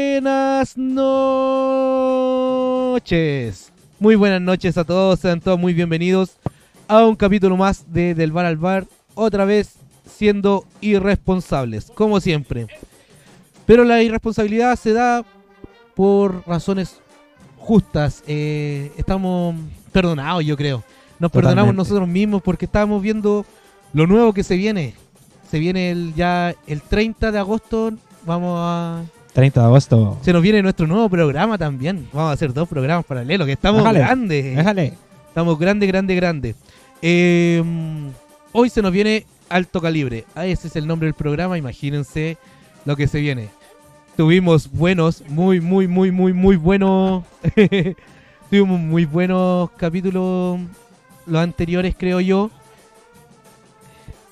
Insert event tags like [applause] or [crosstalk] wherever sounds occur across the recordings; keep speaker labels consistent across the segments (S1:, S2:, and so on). S1: Buenas noches. Muy buenas noches a todos. Sean todos muy bienvenidos a un capítulo más de Del Bar al Bar. Otra vez siendo irresponsables, como siempre. Pero la irresponsabilidad se da por razones justas. Eh, estamos perdonados, yo creo. Nos perdonamos
S2: Totalmente.
S1: nosotros mismos porque estábamos viendo lo nuevo que se viene. Se viene el, ya el 30 de agosto. Vamos a
S2: 30 de agosto.
S1: se nos viene nuestro nuevo programa también. Vamos a hacer dos programas paralelos, que estamos
S2: Ájale.
S1: grandes. eh.
S2: Déjale.
S1: Estamos grandes, grandes, grandes. Eh, hoy se nos viene Alto Calibre. Ah, ese es el nombre del programa, imagínense lo que se viene. Tuvimos buenos, muy, muy, muy, muy, muy buenos. [laughs] Tuvimos muy buenos capítulos, los anteriores, creo yo.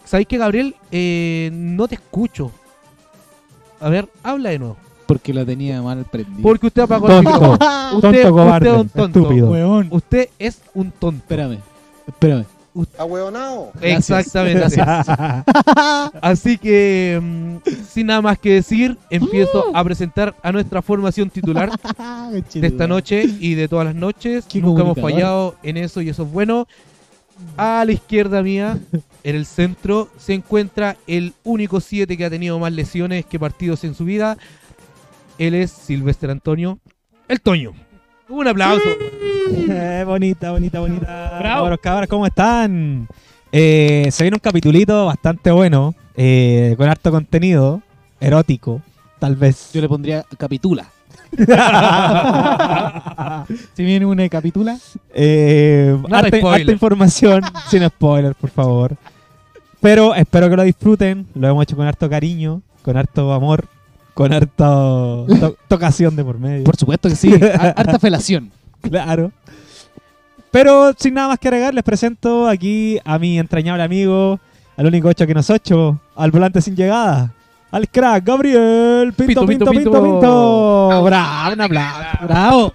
S1: ¿Sabéis que, Gabriel? Eh, no te escucho. A ver, habla de nuevo.
S3: Porque la tenía mal prendida.
S1: Porque usted apagó el
S2: Tonto.
S1: micrófono. Usted- usted
S2: tonto cobarde.
S1: es un tonto.
S2: Estúpido.
S3: Huevón.
S1: Usted es un tonto.
S3: Espérame, espérame.
S4: Ahueonao.
S3: Gracias.
S1: Exactamente.
S5: [laughs]
S3: [laughs]
S1: Así que, mm, sin nada más que decir, empiezo
S5: ¡Uh!
S1: a presentar a nuestra formación
S5: [laughs]
S1: titular de esta noche y de todas las noches.
S3: Qué
S1: Nunca
S5: ¿eh?
S1: hemos
S3: comunicador.
S1: fallado en eso y eso es bueno. A la izquierda mía, en el centro, se encuentra el único 7 que ha tenido más lesiones que partidos en su vida. Él es Silvestre Antonio, el Toño. Un aplauso.
S2: Eh, bonita, bonita, bonita.
S1: Bravo.
S2: Cabros, cabras, ¿cómo están? Eh, se viene un capitulito bastante bueno, eh, con harto contenido, erótico, tal vez.
S3: Yo le pondría capitula.
S5: Si viene una capitula,
S2: [laughs] Eh,
S1: Nada
S2: harta,
S1: spoiler.
S2: harta información, sin spoiler, por favor. Pero espero que lo disfruten, lo hemos hecho con harto cariño, con harto amor, con harto to- tocación de por medio.
S3: Por supuesto
S5: [laughs]
S3: que sí. Ha- Harta felación.
S2: [laughs] Claro. Pero sin nada más que agregar, les presento aquí a mi entrañable amigo, al único 8 que nos 8, al volante sin llegada, al crack Gabriel
S1: Pinto,
S2: Pinto, Pinto, Pinto,
S1: Pinto,
S2: Pinto. Bravo, un aplauso.
S5: bravo.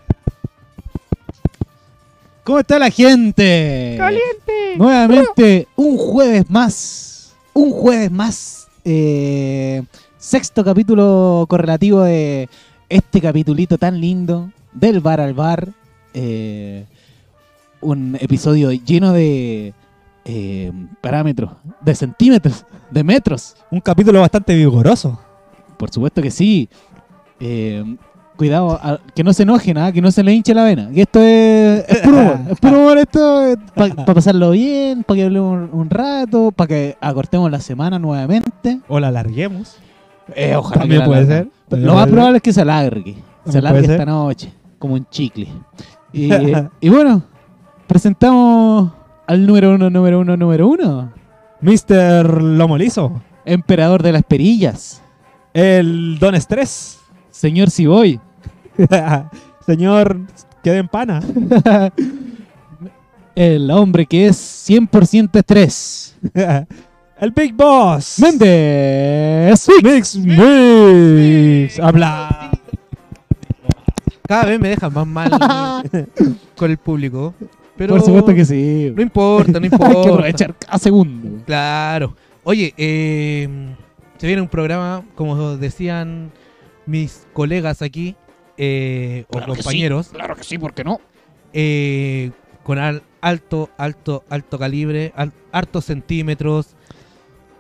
S5: ¿Cómo está la gente? Caliente. Nuevamente, un jueves más. Un jueves más. eh, sexto capítulo correlativo de este capitulito tan lindo, del bar al bar. eh, un episodio lleno de eh, parámetros, de centímetros, de metros.
S2: Un capítulo bastante vigoroso.
S5: Por supuesto que sí. Eh, cuidado, a- que no se enojen, ah, que no se les hinche la vena. Que esto es, es puro humor. Es puro humor esto. Para pasarlo bien, para que hablemos un, un rato, para que acortemos la semana nuevamente.
S2: O la alarguemos.
S5: Eh, ojalá
S2: También
S5: que la
S2: puede
S5: alargue.
S2: ser. También
S5: Lo
S2: puede
S5: más
S2: ser.
S5: probable es que se alargue. Se
S2: También
S5: alargue
S2: puede
S5: esta
S2: ser.
S5: noche, como un chicle.
S2: [laughs]
S5: Y, y bueno, presentamos al número uno, número uno, número uno.
S2: Mr. Lomo Liso,
S5: Emperador de las perillas.
S2: el Don Estrés, [laughs]
S5: Señor Siboy.
S2: señor, quede en pana. [laughs]
S5: El hombre que es 100% estrés.
S2: el Big Boss.
S5: Méndez.
S2: Mix, mix. Habla.
S1: Cada vez me dejan más mal
S5: [laughs]
S1: con el público. Pero
S5: Por supuesto que sí.
S1: No
S5: [laughs]
S1: importa, no
S5: Hay que
S1: importa.
S5: aprovechar cada segundo.
S1: Claro. Oye, eh, se viene un programa, como decían mis colegas aquí, eh, o
S3: Claro que sí.
S1: compañeros,
S3: Claro que sí, ¿por qué no?
S1: eh, con al- alto, alto, alto calibre, al- hartos centímetros.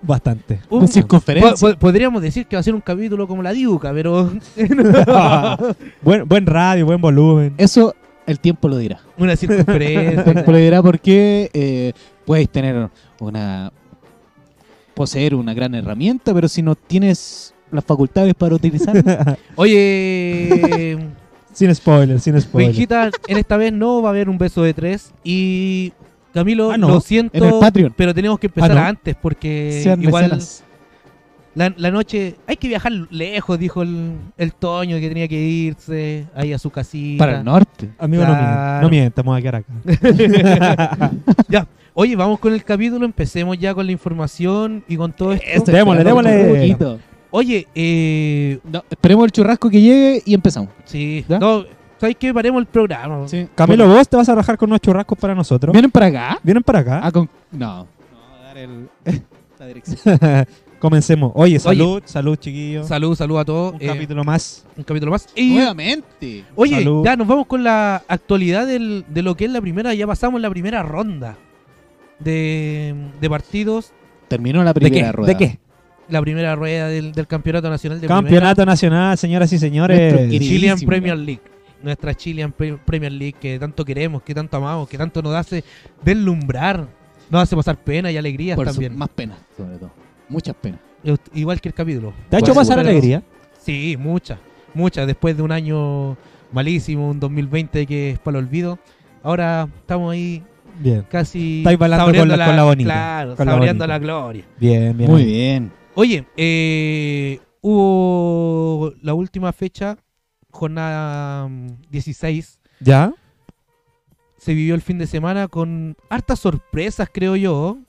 S2: Bastante.
S1: Un-
S5: Una
S1: po-
S5: circunferencia.
S1: po- podríamos decir que va a ser un capítulo como la diuca, pero [laughs]
S2: [laughs] buen, buen radio, buen volumen.
S5: Eso el tiempo lo dirá.
S1: una
S5: El [laughs]
S1: circunferencia.
S5: tiempo lo dirá porque eh, puedes tener una. poseer una gran herramienta, pero si no tienes las facultades para
S1: [laughs]
S5: utilizarla. [laughs]
S1: Oye,
S2: Sin spoiler, sin spoiler.
S1: Benjita, en esta vez no va a haber un beso de tres. Y Camilo,
S2: Ah, no.
S1: lo
S5: en el
S1: siento,
S5: Patreon.
S1: pero tenemos que empezar
S2: Ah, no.
S1: antes porque
S5: Sean
S1: Eh, igual
S5: mecenas.
S1: la, la noche hay que viajar lejos, dijo el, el Toño que tenía que irse ahí a su casita.
S5: Para el norte.
S2: Amigo, no mienta,
S1: Claro.
S2: no mienta, vamos a quedar [laughs] acá.
S1: Oye, vamos con el capítulo, empecemos ya con la información y con todo esto.
S2: Eso. Démosle, démosle.
S5: Este, Un poquito.
S1: Oye, eh,
S5: No, esperemos el churrasco que llegue y empezamos.
S1: sí,
S5: ¿Ya?
S1: no, ¿sabes qué? Paremos el programa.
S2: Camilo, vos te vas a rajar con unos churrascos para nosotros. Ah,
S5: ¿Vienen para acá?
S2: Vienen para acá.
S5: Ah, con... No. No, dar el... la dirección.
S2: [laughs] Comencemos. Oye, salud, salud, chiquillos.
S1: Salud, salud a todos.
S2: Un
S1: eh,
S2: capítulo más.
S1: un capítulo más. Y,
S5: Nuevamente.
S1: oye,
S2: Salud.
S1: ya nos vamos con la actualidad del- de lo que es la primera. Ya pasamos la primera ronda de, de partidos.
S5: Terminó la primera
S1: qué?
S5: rueda.
S2: ¿De qué?
S1: La primera rueda del, del Campeonato Nacional de
S2: Campeonato Nacional, señras y
S5: Nuestro
S1: Primera,
S2: señores.
S5: querido-
S1: Chilean
S5: Queridísimo.
S1: Premier League. Nuestra Chilean Pre- Premier League que tanto queremos, que tanto amamos, que tanto nos hace deslumbrar. Nos hace pasar pena y alegrías
S5: Por su-
S1: también.
S5: más penas, sobre todo. Muchas penas.
S1: Igual que el capítulo.
S2: ¿Te ha hecho
S5: Por
S2: pasar
S1: supuesto.
S2: alegría?
S1: Sí, muchas, muchas. Después de un año malísimo, un 2020 que es para el olvido, ahora estamos ahí
S2: Bien,
S1: casi
S2: Estáis bailando
S1: saboreando
S2: con la- con la bonita,
S1: Claro,
S2: con la
S1: saboreando
S2: bonita.
S1: la gloria.
S2: bien, bien.
S5: Muy bien.
S1: Oye, eh, hubo la última fecha, jornada mm, 16,
S2: ¿Ya?
S1: se vivió el fin de semana con hartas sorpresas, creo yo.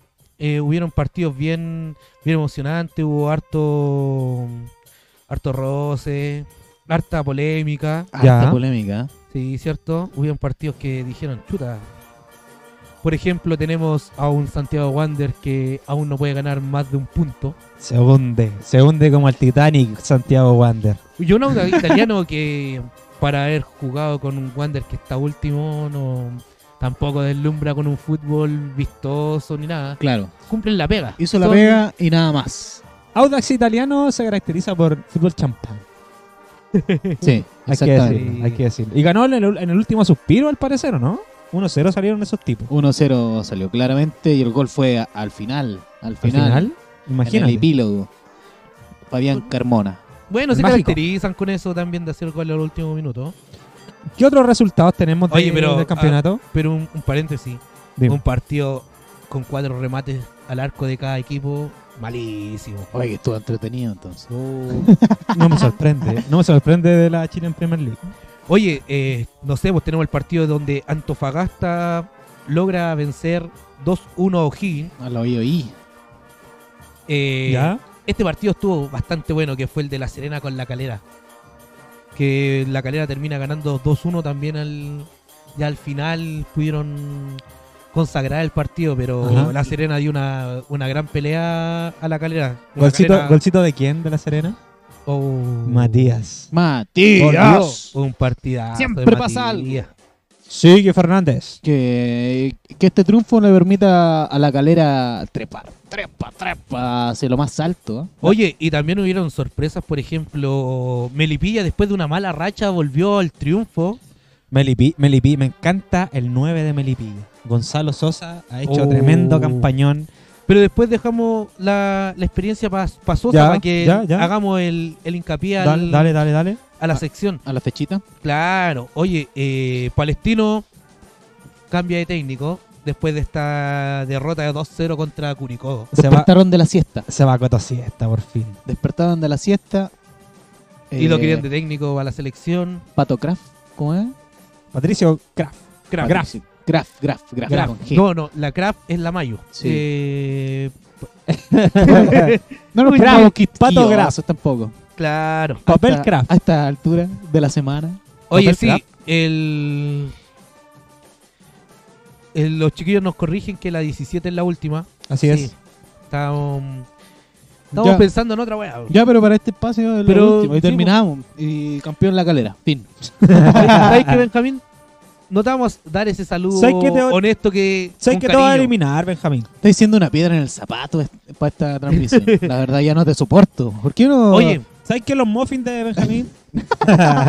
S1: Eh, hubieron partidos bien, bien emocionantes, hubo harto, mm, harto roce, harta polémica.
S2: Ya.
S5: Harta polémica.
S1: Sí, cierto. Hubieron partidos que dijeron, chuta. Por ejemplo, tenemos a un Santiago Wander que aún no puede ganar más de un punto.
S2: Se hunde, se hunde como el Titanic Santiago Wander.
S1: Y un Audax italiano que, para haber jugado con un Wander que está último, no tampoco deslumbra con un fútbol vistoso ni nada.
S5: Claro.
S1: Cumplen la pega.
S5: Hizo la
S1: Son-
S5: pega y nada más.
S2: Audax italiano se caracteriza por fútbol champán.
S5: Sí,
S2: Hay que
S5: exactamente.
S2: decirlo, hay que decirlo. Y ganó en el, en el último suspiro, al parecer, ¿o no? 1-0 salieron esos tipos.
S5: 1-0 salió claramente y el gol fue a- al final. Al
S2: Al
S5: final.
S2: final,
S5: En el
S2: imagínate.
S5: epílogo. Fabián Carmona.
S1: Bueno,
S2: El
S1: se
S2: mágico.
S1: caracterizan con eso también de hacer gol al último minuto.
S2: ¿Qué otros resultados tenemos de-
S1: Oye, pero, ah,
S2: del campeonato?
S1: Pero un, un paréntesis.
S2: Dime.
S1: Un partido con cuatro remates al arco de cada equipo. Malísimo.
S5: Oye, que estuvo entretenido entonces. Uh.
S2: No me sorprende. [laughs] No me sorprende de la Chile en Premier League.
S1: [laughs] Oye, eh, no sé, pues tenemos el partido donde Antofagasta logra vencer 2-1 a O'Higgins.
S5: A la OIOI.
S1: Eh,
S2: ¿Ya?
S1: Este partido estuvo bastante bueno, que fue el de La Serena con La Calera. Que La Calera termina ganando 2-1 también al, ya al final. Pudieron consagrar el partido, pero
S2: Ajá.
S1: La Serena dio una, una gran pelea a La Calera. Una
S2: ¿Golcito,
S1: Calera-
S2: ¿Golcito de quién? ¿De la Serena?
S1: Oh.
S2: Uh. Matías. Oh,
S1: Por
S5: Matías.
S1: Dios, un partidazo. de
S5: Siempre pasa
S1: Matías.
S2: Sigue Fernández.
S5: Que, que este triunfo le permita a la calera trepar, trepa, trepa, hacia lo más alto. ¿eh?
S1: Oye, y también hubieron sorpresas, por ejemplo, Melipilla después de una mala racha volvió al triunfo.
S2: Melipí, Melipí, me encanta el 9 de Melipí. Gonzalo Sosa ha hecho
S1: Oh.
S2: tremendo campañón.
S1: Pero después dejamos la, la experiencia pas- pasosa
S2: Ya,
S1: para que
S2: ya, ya.
S1: hagamos el, el hincapié al-
S2: Dale, dale, dale, dale.
S1: a la
S5: Ah.
S1: sección.
S5: A la fechita.
S1: Claro, oye, eh, Palestino cambia de técnico después de esta derrota de 2-0 contra Curicó.
S2: Se va,
S5: Despertaron de la siesta.
S2: se va a Coto Siesta, por fin.
S5: Despertaron de la siesta.
S1: Y lo
S5: Eh,
S1: querían de técnico a la selección.
S5: Pato Kraft, ¿cómo es?
S2: Patricio Kraft.
S1: Kraft.
S2: Kraft.
S5: Graf, Graf, Graf,
S1: Kraft.
S5: con G.
S1: No, no, la Kraft es la Mayo.
S5: Sí.
S1: Eh,
S5: No nos
S1: [laughs]
S2: [laughs]
S1: Uy,
S5: esperamos
S2: Graf, Pato Graf.
S5: guiosos tampoco.
S1: claro.
S2: Papel
S5: Hasta-
S2: Kraft.
S5: A esta altura de la semana.
S1: Oye,
S2: Papel
S1: sí,
S2: crap.
S1: el, el- Los chiquillos nos corrigen que la 17 es la última.
S2: Así
S1: Sí.
S2: es.
S1: Estamos, estamos
S5: Ya.
S1: pensando en otra weá.
S5: Ya, pero para este espacio es
S1: Pero,
S5: lo último. Y
S1: sí,
S5: terminamos. Y campeón la calera. Fin.
S1: ¿Sabes qué, Benjamín? No te vamos a dar ese saludo
S2: ¿Sabes qué te-
S1: honesto que.
S2: Sé
S1: con
S2: que te va a
S1: cariño.
S2: eliminar, Benjamín.
S5: Está diciendo una piedra en el zapato est- para esta
S1: [laughs]
S5: transmisión. La verdad ya no te soporto. ¿Por qué no?
S2: [laughs]
S1: Oye,
S2: ¿Sabes que los muffins de Benjamín?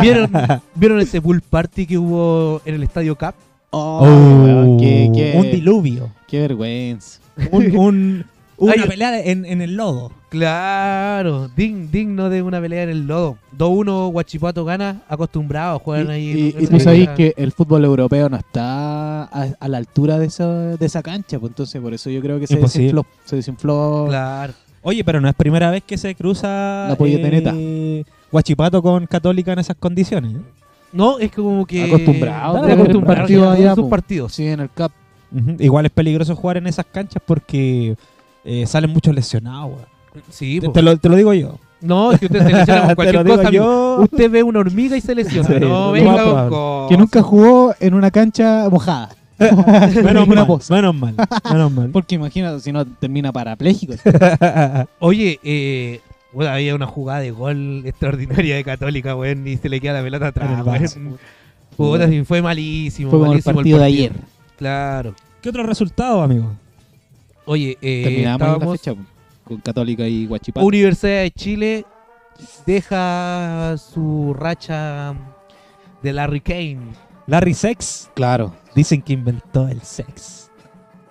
S1: ¿vieron, ¿vieron ese pool party que hubo en el Estadio Cap?
S5: Oh,
S2: Oh,
S5: weón, qué, qué-
S2: un diluvio.
S5: qué vergüenza.
S2: Un, un- una
S1: Ay,
S2: pelea en, en el lodo.
S1: Claro, dig- digno de una pelea en el lodo. 2-1, Guachipato gana, acostumbrado, juegan
S5: Y,
S1: ahí.
S5: y-
S1: en
S5: y
S1: esa
S5: tú sabes
S1: liga.
S5: que el fútbol europeo no está a, a la altura de esa, de esa cancha, pues entonces por eso yo creo que se
S2: Imposible.
S5: desinfló. Se desinfló.
S1: Claro.
S2: Oye, pero no es primera vez que se cruza
S5: La polleteneta.
S2: eh, Guachipato con Católica en esas condiciones. ¿eh?
S1: No, es que como que.
S5: Acostumbrado,
S1: Están
S2: pues,
S1: acostumbrados
S5: partido
S1: ya,
S5: allá,
S1: son sus
S5: po.
S1: partidos.
S5: Sí, en el CAP.
S2: Ujú. Igual es peligroso jugar en esas canchas porque eh, salen muchos lesionados. weón.
S1: Sí,
S2: Te,
S1: po.
S2: te lo, te lo digo yo.
S1: No, es que usted se
S5: [laughs]
S1: lesiona con
S2: te
S1: cualquier
S2: lo digo
S1: cosa. amigo.
S2: yo.
S1: Usted ve una hormiga y se lesiona.
S2: Sí,
S1: no,
S2: lo
S1: venga
S2: más
S1: con
S2: probable.
S1: cosas.
S5: Que nunca jugó en una cancha mojada.
S2: Menos
S5: Una
S2: mal,
S5: voz.
S2: menos mal, menos
S5: [laughs]
S2: mal.
S5: Porque imagínate si no termina [laughs] parapléjico.
S1: Oye, eh, bueno, había una jugada de gol extraordinaria de Católica, weón, y se le queda la pelota
S5: Ah,
S2: En
S1: atrás,
S2: el bar.
S1: weón. Puta, sí, fue malísimo.
S5: Fue como el
S1: malísimo
S5: partido de ayer.
S1: Claro.
S2: ¿Qué otro resultado, amigo?
S1: Oye, eh,
S5: Terminamos la
S1: estábamos-
S5: fecha po, con Católica y Guachipato.
S1: Universidad de Chile deja su racha de Larry Kane.
S2: Larry Sex.
S5: Claro.
S2: Dicen que inventó el sex.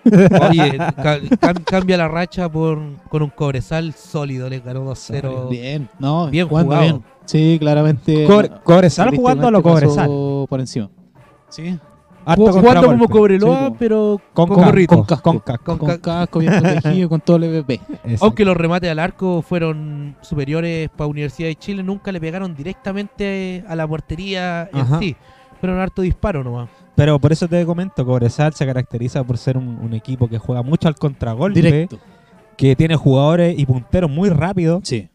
S1: Oye, ca- cam- cambia la racha por, con un cobresal sólido, le ganó 2-0.
S5: Bien. No,
S1: Bien
S5: jugando
S1: jugado.
S5: bien. Sí, claramente.
S2: Cobre- Cobresal
S5: Tristemente
S2: jugando a lo
S5: pasó
S2: Cobresal.
S5: Por encima. Sí.
S2: Harto
S1: Jugando como
S2: contragolpe.
S1: Cobreloa,
S5: Sí, pues. po.
S1: pero
S2: Con,
S1: con
S2: ca-
S1: gorrito.
S2: con casco. Con casco.
S1: Con
S5: Con
S1: ca-
S5: casco bien protegido, con todo el E BBB.
S1: [laughs]
S2: Exacto.
S1: Aunque los remates al arco fueron superiores para Universidad de Chile, nunca le pegaron directamente a la portería en
S2: Ajá.
S1: sí. Fueron harto disparo nomás.
S2: Pero por eso te comento, Cobresal se caracteriza por ser un, un equipo que juega mucho al contragolpe,
S5: Directo.
S2: que tiene jugadores y punteros muy rápidos.
S5: Sí.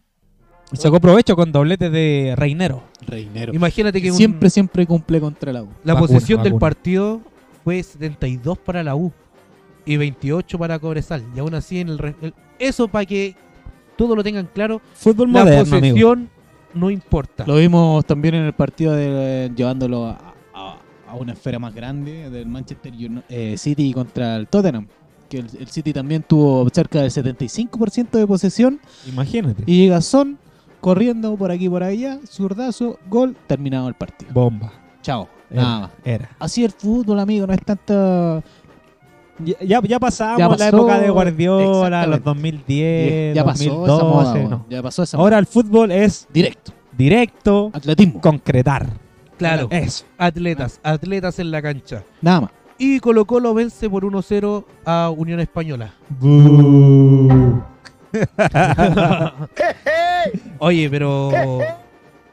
S2: Y sacó provecho con dobletes de Reinero.
S5: Reinero.
S1: Imagínate que un-
S5: Siempre, siempre cumple contra la U.
S1: la
S2: Vacuna,
S1: posesión del
S2: vacuna.
S1: partido fue 72 para la U y 28 para Cobresal. Y aún así, en el, re- el- eso para que todo lo tengan claro,
S2: Fútbol
S1: la
S2: moderno, amigo.
S1: posesión no importa.
S5: Lo vimos también en el partido de, llevándolo a, a- a una esfera más grande del Manchester Uni- eh, City contra el Tottenham. Que el, el City también tuvo cerca del 75% de posesión
S2: Imagínate.
S5: y llega Son corriendo por aquí por allá, zurdazo, gol, terminado el partido.
S2: Bomba.
S5: Chao,
S1: Eh.
S2: Era.
S5: nada más.
S2: Era.
S5: Así el fútbol, amigo, no es tanto...
S2: Ya, ya, ya pasamos
S5: Ya
S2: la
S5: pasó,
S2: época de Guardiola, los
S5: exactamente.
S2: 2010,
S5: eh, ya pasó
S2: 2012.
S5: esa moda,
S2: no.
S5: weón, ya pasó esa moda.
S2: Ahora el fútbol es
S5: Directo,
S2: directo,
S5: atletismo,
S2: concretar.
S1: claro,
S2: Eso.
S1: atletas, atletas en la cancha.
S5: nada más.
S1: Y Colo Colo vence por 1-0 a Unión Española. Oye, pero.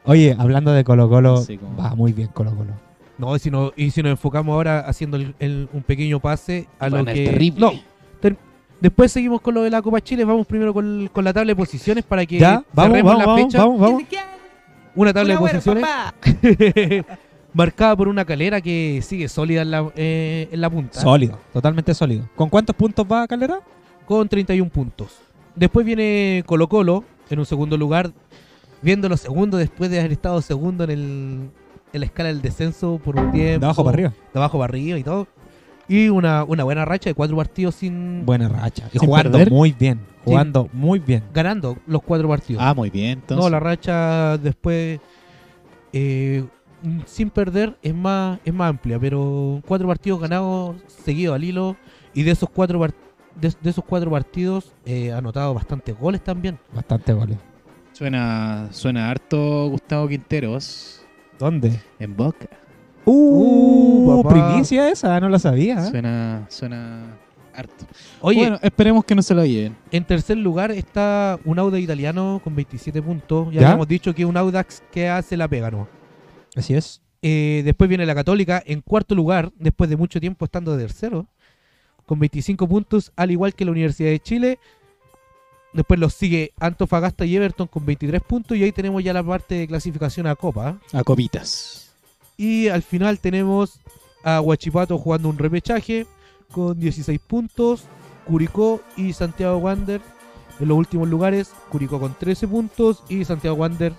S2: Oye, hablando de Colo Colo,
S5: Sí, como-
S2: va muy bien Colo Colo.
S1: No, si no, y si nos enfocamos ahora haciendo el- el- un pequeño pase a lo
S5: Bueno,
S1: que.
S5: terrible.
S1: No, después seguimos con lo de la Copa Chile. Vamos primero con, con la tabla de posiciones para que
S2: Ya, vamos,
S1: cerremos
S2: vamos,
S1: la
S2: vamos,
S1: fecha.
S2: vamos, vamos.
S1: Una tabla de posiciones [laughs] marcada por una calera que sigue sólida en la, eh, en la punta.
S2: Sólido, totalmente sólido. ¿Con cuántos puntos va Calera?
S1: con 31 puntos. Después viene Colo Colo en un segundo lugar, viéndolo segundo después de haber estado segundo en, el, en la escala del descenso por un tiempo.
S2: De abajo para arriba.
S1: De abajo para arriba y todo. Y una, una buena racha de cuatro partidos sin
S2: Buena racha. Y
S5: Sin
S2: jugando
S5: perder.
S2: muy bien, jugando muy bien.
S1: ganando los cuatro partidos.
S5: Ah, muy bien, entonces.
S1: no, la racha después eh, mm, sin perder es más es más amplia, pero cuatro partidos ganados seguidos al hilo y de esos cuatro par- de, de esos cuatro partidos eh, ha anotado bastantes goles también.
S2: Bastante goles.
S5: Suena, suena harto Gustavo Quinteros
S2: ¿Dónde?
S5: en Boca.
S2: Uh,
S1: Uh, papá.
S2: primicia esa, no la
S5: Ah.
S2: sabía. ¿eh?
S5: Suena, suena harto.
S1: Oye,
S5: Bueno, esperemos que no se lo lleven.
S1: En tercer lugar está un Audax italiano con 27 puntos. Ya,
S2: ¿Ya?
S1: habíamos dicho que un Audax que hace la pega, ¿no?
S2: Así es.
S1: Eh, después viene la Católica en cuarto lugar, después de mucho tiempo estando de tercero, con 25 puntos, al igual que la Universidad de Chile. Después los sigue Antofagasta y Everton con 23 puntos y ahí tenemos ya la parte de clasificación a Copa.
S5: A copitas.
S1: Y al final tenemos a Huachipato jugando un repechaje con 16 puntos. Curicó y Santiago Wander en los últimos lugares. Curicó con 13 puntos y Santiago Wander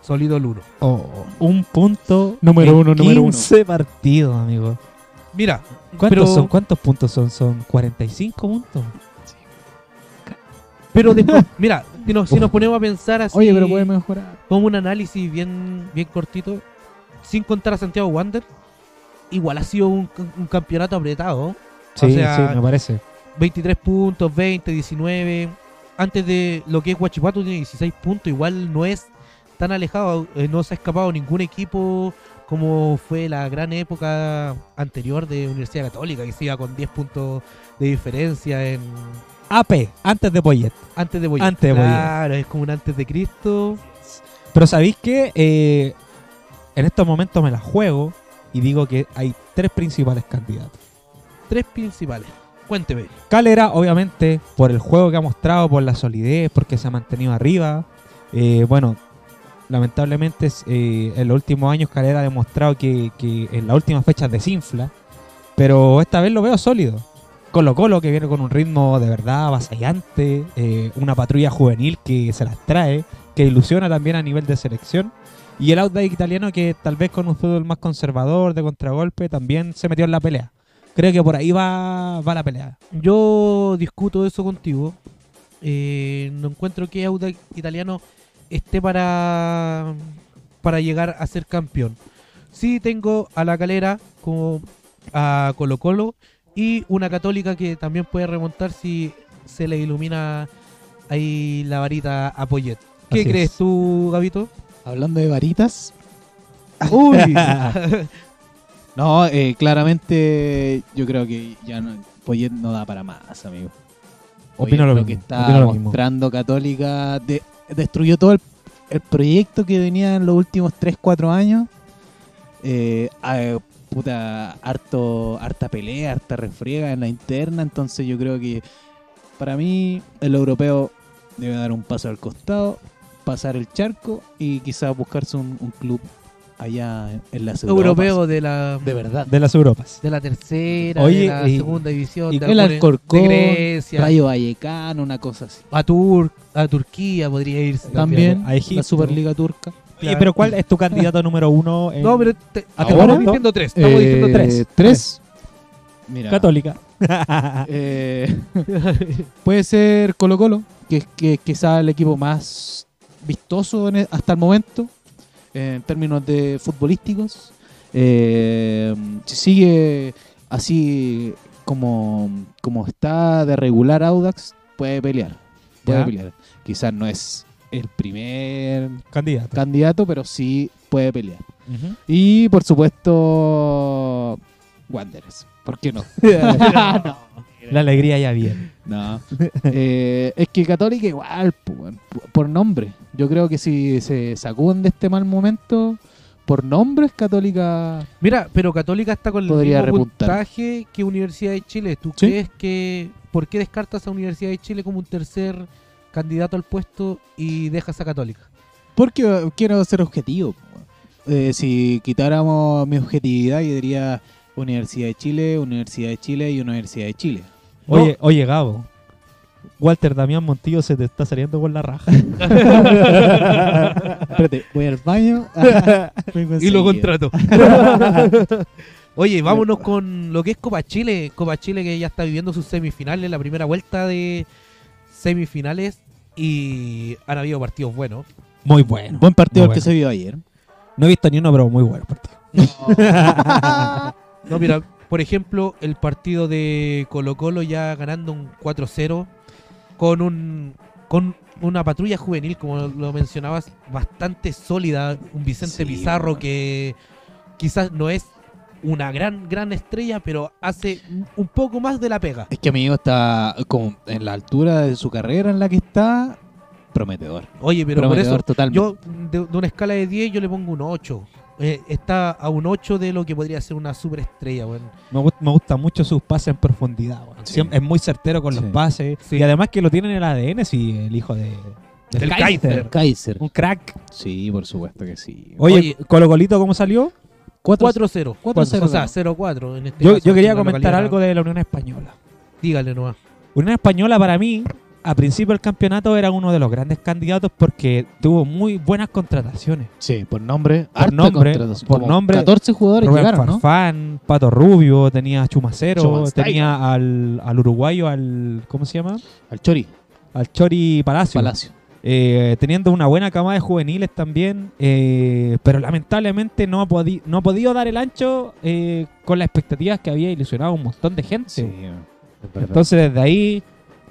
S1: sólido el 1.
S2: Oh, Un punto.
S5: Número
S2: en
S5: uno, número uno.
S2: 15 partidos, amigo.
S1: Mira,
S2: ¿Cuántos
S1: pero,
S2: son? ¿Cuántos puntos son? Son 45 puntos.
S1: pero después, mira, si nos, si nos ponemos a pensar así
S5: Oye, pero puede mejorar.
S1: como un análisis bien, bien cortito, sin contar a Santiago Wander, igual ha sido un, un campeonato apretado.
S2: Sí,
S1: sea,
S2: sí, me parece.
S1: 23 puntos, 20, 19. Antes de lo que es Huachipato tiene 16 puntos, igual no es tan alejado, eh, no se ha escapado ningún equipo como fue la gran época anterior de Universidad Católica, que se iba con 10 puntos de diferencia en
S2: AP, antes de Poyet.
S1: antes de Boyacá.
S2: Antes de Boyacá.
S1: Claro, es como un antes de Cristo.
S2: Pero sabéis que en estos momentos me la juego y digo que hay tres principales candidatos.
S1: Tres principales. Cuénteme.
S2: Calera, obviamente, por el juego que ha mostrado, por la solidez, porque se ha mantenido arriba. Eh, bueno, lamentablemente es, eh, en los últimos años Calera ha demostrado que, que en las últimas fechas desinfla. Pero esta vez lo veo sólido. Colo Colo que viene con un ritmo de verdad avasallante, eh, una patrulla juvenil que se las trae, que ilusiona también a nivel de selección. Y el Outback italiano que tal vez con un fútbol más conservador, de contragolpe, también se metió en la pelea. Creo que por ahí va, va la pelea.
S1: Yo discuto eso contigo. Eh, no encuentro que Audax Italiano esté para, para llegar a ser campeón. Sí tengo a la calera como a Colo Colo y una católica que también puede remontar si se le ilumina ahí la varita a Poyet. ¿Qué
S2: Así
S1: crees
S2: es.
S1: tú, Gabito?
S5: Hablando de varitas.
S1: Uy,
S5: No, eh, claramente yo creo que ya no, Poyet no da para más, amigo. Poyet
S2: Opino lo mismo,
S5: que está
S2: opino lo mismo.
S5: mostrando Católica de- destruyó todo el, el proyecto que venía en los últimos 3, 4 años. Eh, ah, puta, harto, harta pelea, harta refriega en la interna. Entonces yo creo que para mí el europeo debe dar un paso al costado, pasar el charco y quizás buscarse un, un club allá en, en las Europas.
S1: europeo de la
S5: De verdad.
S2: De las Europas.
S1: de la tercera,
S2: Oye,
S1: de la
S2: y-
S1: segunda división,
S5: y
S1: de,
S5: el
S1: alguna-
S5: Alcorcón,
S1: de Grecia,
S5: Rayo Vallecano, una cosa así.
S1: a, Tur- a Turquía podría irse
S5: También
S2: A Egipto.
S5: la Superliga Turca.
S2: Oye, pero ¿cuál es tu candidato número uno? en
S1: No, pero te-
S2: Ahora,
S1: estamos diciendo tres. Estamos diciendo
S2: Eh,
S1: tres.
S2: tres. [laughs]
S5: Mira.
S2: Católica.
S5: eh, puede ser Colo Colo, que es que, quizá el equipo más vistoso en e- hasta el momento, eh, en términos de futbolísticos. Eh, si sigue así como, como está de regular Audax, puede pelear. Puede
S2: Ya.
S5: pelear. Quizás no es el primer
S2: candidato.
S5: candidato, pero sí puede pelear.
S2: Ujú.
S5: Y por supuesto, Wanderers. ¿Por qué [laughs] no? no.
S2: La alegría ya viene.
S5: no. Eh, es que Católica igual, po, weón, po- por nombre. Yo creo que si se sacuden de este mal momento, por nombre es Católica.
S1: Mira, pero Católica está con el
S5: Podría
S1: mismo
S5: repuntar.
S1: puntaje que Universidad de Chile. ¿Tú
S5: Sí.
S1: crees que por qué descartas a Universidad de Chile como un tercer candidato al puesto y dejas a Católica?
S5: Porque eh, quiero ser objetivo. po, weón. Eh, si quitáramos mi objetividad, yo diría Universidad de Chile, Universidad de Chile y Universidad de Chile.
S2: Oye, oye, Gabo. Walter Damián Montillo se te está saliendo con la raja.
S5: Espérate, voy al [laughs] baño. vengo
S1: Y lo
S5: enseguida.
S1: contrato. Oye, vámonos con lo que es Copa Chile. Copa Chile que ya está viviendo sus semifinales, la primera vuelta de semifinales y han habido partidos buenos.
S2: Muy bueno.
S5: Buen partido
S2: Muy
S5: el que
S2: bueno.
S5: se vio ayer.
S2: No he visto ni uno, pero muy bueno partido.
S1: No, mira, por ejemplo, el partido de Colo Colo ya ganando un 4-0 con un con una patrulla juvenil, como lo mencionabas, bastante sólida, un Vicente
S5: Sí,
S1: Pizarro
S5: bueno.
S1: que quizás no es una gran gran estrella, pero hace un poco más de la pega.
S5: Es que amigo está como en la altura de su carrera en la que está, prometedor.
S1: Oye, pero por eso
S5: prometedor totalmente.
S1: yo de, de una escala de 10 yo le pongo un 8. Eh, está a un 8 de lo que podría ser una superestrella, weón.
S2: Me, gust- me gustan mucho sus pases en profundidad. weón.
S5: Sí.
S2: Siempre- es muy certero con los
S5: Sí.
S2: pases.
S1: Sí.
S2: Y además que lo tiene en el ADN, sí, el hijo de, del
S1: Del
S2: Kaiser.
S1: Kaiser.
S5: Kaiser.
S2: Un Oh, crack.
S5: Sí, por supuesto que sí.
S2: Oye,
S1: Oye.
S2: Colo Colito, ¿cómo salió?
S1: 4-0.
S5: 4-0,
S1: O sea,
S5: ganó.
S1: 0-4 en este
S2: Yo,
S1: caso,
S2: yo quería
S1: en la
S2: comentar
S1: localidad.
S2: algo de la Unión Española.
S1: Dígale nomás.
S2: Unión Española para mí, a principio del campeonato, era uno de los grandes candidatos porque tuvo muy buenas contrataciones.
S5: Sí, por nombre.
S2: Por
S5: harta
S2: nombre,
S5: contratación.
S2: por
S5: Como
S2: nombre,
S5: 14 jugadores
S2: Rubén
S5: llegaron, ¿no?
S2: Farfán, Pato Rubio, tenía a Chumacero,
S5: Chumancero.
S2: tenía al, al uruguayo, al ¿cómo se llama?
S5: Al Chori,
S2: Al Chori Palacio.
S5: Palacio.
S2: Eh, teniendo una buena camada de juveniles también, eh, pero lamentablemente no ha, podi- no ha podido dar el ancho eh, con las expectativas que había ilusionado a un montón de gente.
S5: es verdad.
S2: Entonces desde ahí,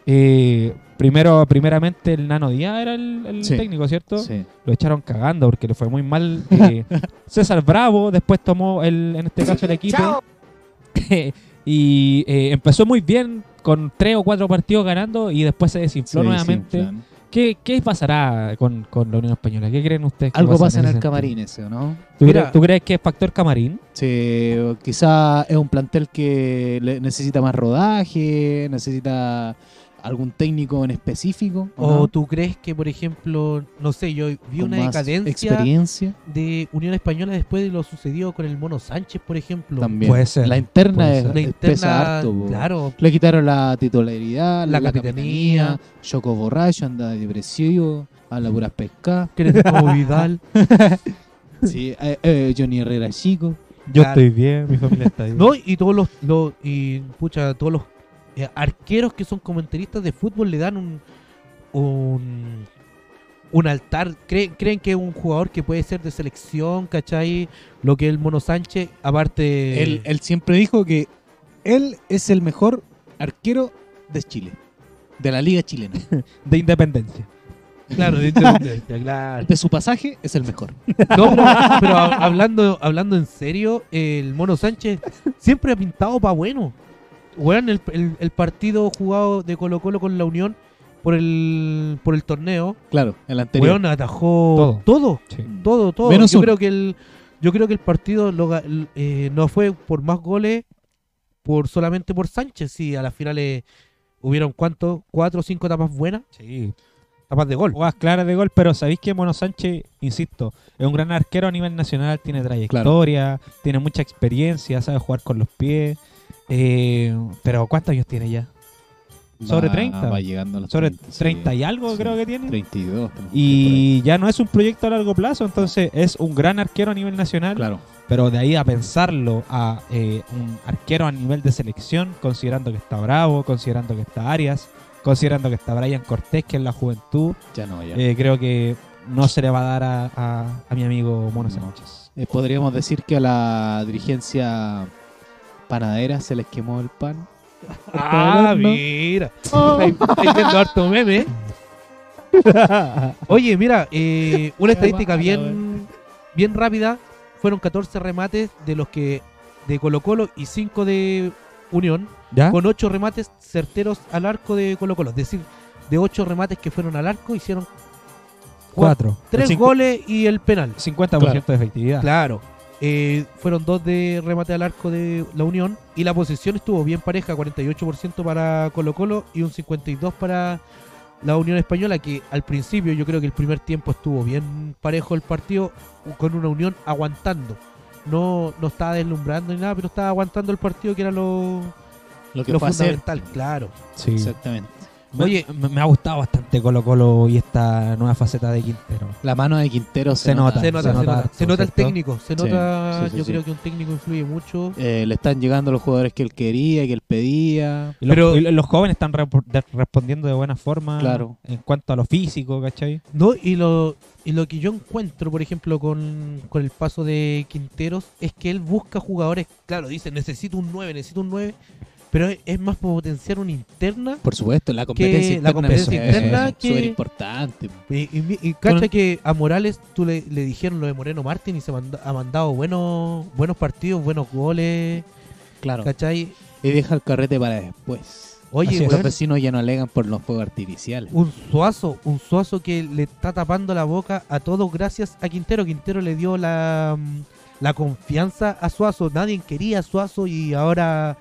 S2: eh, primero, primeramente el Nano Díaz era el, el
S5: Sí.
S2: técnico, ¿cierto?
S5: Sí.
S2: Lo echaron cagando porque le fue muy mal.
S5: [laughs]
S2: eh, César Bravo después tomó el, en este caso el equipo [laughs] y eh, empezó muy bien con tres o cuatro partidos ganando y después se desinfló
S5: Sí,
S2: nuevamente.
S5: sí, plan.
S2: ¿Qué, qué pasará con, con la Unión Española? ¿Qué creen ustedes? que
S5: Algo
S2: pasa
S5: pasa en
S2: ese
S5: el
S2: sentido?
S5: camarín ese, ¿o ¿no?
S2: ¿Tú,
S1: Mira.
S2: cre- tú crees que es factor camarín?
S5: Sí, o quizá es un plantel que le- necesita más rodaje, necesita algún técnico en específico
S1: ¿O
S5: no?
S1: tú crees que, por ejemplo, no sé, yo vi
S5: Con
S1: una
S5: más
S1: decadencia
S5: experiencia
S1: de Unión Española después de lo sucedido con el Mono Sánchez, por ejemplo?
S5: también
S2: Puede ser,
S5: la interna
S2: puede
S5: es,
S2: ser.
S1: La
S5: es- pesa
S1: interna,
S5: harto po.
S1: claro,
S5: le quitaron la titularidad
S1: La
S5: la,
S1: capitanía.
S5: capitanía Choco borracho anda depresivo habla puras [laughs] pesca
S1: que eres como Vidal.
S5: sí, eh, eh, Johnny Herrera chico
S2: Yo
S1: Claro.
S2: estoy bien, mi familia está bien.
S1: No, y todos los, los- y pucha, todos los eh, arqueros que son comentaristas de fútbol le dan un un, un altar, creen, creen que es un jugador que puede ser de selección, ¿cachai? Lo que es el Mono Sánchez, aparte
S5: Eh. él, él siempre dijo que él es el mejor arquero de Chile de la liga chilena
S2: De independencia.
S1: claro, de independencia, claro.
S5: [laughs] de su pasaje es el mejor
S1: No, pero, pero hab- hablando, hablando en serio, el Mono Sánchez siempre ha pintado para bueno. Weón, el, el- el partido jugado de Colo Colo con la Unión por el, por el torneo,
S5: claro el anterior
S1: weón atajó todo,
S2: Sí.
S1: todo, todo.
S5: Menos
S1: yo,
S5: uno.
S1: creo que el, yo creo que el partido lo ga- l- eh, no fue por más goles, por solamente por Sánchez. Si a las finales hubieron cuánto, cuatro o cinco tapas buenas,
S2: Sí.
S1: tapas de gol.
S2: Jugadas claras de gol, pero sabéis que Mono Sánchez, insisto, es un gran arquero a nivel nacional, tiene trayectoria, tiene mucha experiencia, sabe jugar con los pies. Eh, pero ¿cuántos años tiene ya? sobre 30.
S5: va llegando a los
S2: Sobre
S5: 30, sí.
S2: 30 y algo
S5: sí.
S2: creo que tiene.
S5: 32 estamos
S2: Y ya no es un proyecto a largo plazo, entonces es un gran arquero a nivel nacional,
S5: claro
S2: pero de ahí a pensarlo a eh, un arquero a nivel de selección, considerando que está Bravo, considerando que está Arias, considerando que está Brian Cortés, que es la juventud,
S5: ya no ya
S2: eh, creo que no se le va a dar a, a- a mi amigo Mono
S5: No.
S2: Sánchez.
S5: Eh, podríamos decir que a la dirigencia panadera se les quemó el pan.
S1: Ah,
S5: hablando.
S1: mira. Estáis estáis viendo harto meme. Oye, mira, eh, una estadística
S5: bárbaro,
S1: bien, bien rápida. Fueron 14 remates de los que de Colo Colo y 5 de Unión,
S2: ¿Ya?
S1: con 8 remates certeros al arco de Colo Colo. Es decir, de 8 remates que fueron al arco, hicieron
S2: Cuatro.
S1: 3
S2: Cincu-
S1: goles y el penal.
S2: 50% de
S1: [laughs]
S2: efectividad.
S1: Claro. Eh, fueron dos de remate al arco de la Unión y la posesión estuvo bien pareja, 48% para Colo Colo y un 52% para la Unión Española, que al principio yo creo que el primer tiempo estuvo bien parejo el partido con una Unión aguantando. No, no estaba deslumbrando ni nada, pero estaba aguantando el partido que era lo,
S5: Lo que
S1: lo
S5: fue a hacer.
S1: fundamental, claro.
S2: Sí.
S5: Exactamente.
S2: Me-
S1: Oye.
S2: me, me ha gustado bastante Colo Colo y esta nueva faceta de Quintero.
S5: La mano de Quintero Ah, se,
S2: Se nota.
S1: Se nota, se nota,
S2: harto,
S1: se nota el
S2: ¿cierto?
S1: técnico, se
S5: Sí,
S1: nota,
S5: sí, sí,
S1: yo
S5: sí.
S1: creo que un técnico influye mucho.
S5: Eh, le están llegando los jugadores que él quería, que él pedía.
S2: Y los,
S1: Pero-
S2: y los jóvenes están repo- de- respondiendo de buena
S1: Ah.
S2: forma
S5: Claro.
S2: en cuanto a lo físico, ¿cachai?
S1: No, y lo, y lo que yo encuentro, por ejemplo, con, con el paso de Quinteros, es que él busca jugadores, claro, dice, necesito un 9, necesito un 9, pero es, es más potenciar una interna.
S5: Por supuesto, la
S1: Que
S5: competencia
S1: la
S5: interna
S1: competencia
S5: es súper-
S1: interna que-
S5: súper importante.
S1: Y, y- y cacha
S5: Con-
S1: que a Morales tú le, le dijeron lo de Moreno Martín y se manda- ha mandado buenos, buenos partidos, buenos goles,
S5: Claro.
S1: ¿cachai?
S5: Y deja el carrete para después.
S1: Oye,
S2: Así es.
S5: Los
S1: weón,
S5: vecinos ya no alegan por los fuegos artificiales.
S1: un suazo, un suazo que le está tapando la boca a todos gracias a Quintero. Quintero le dio la, mm, la confianza a Suazo. Nadie quería a Suazo y ahora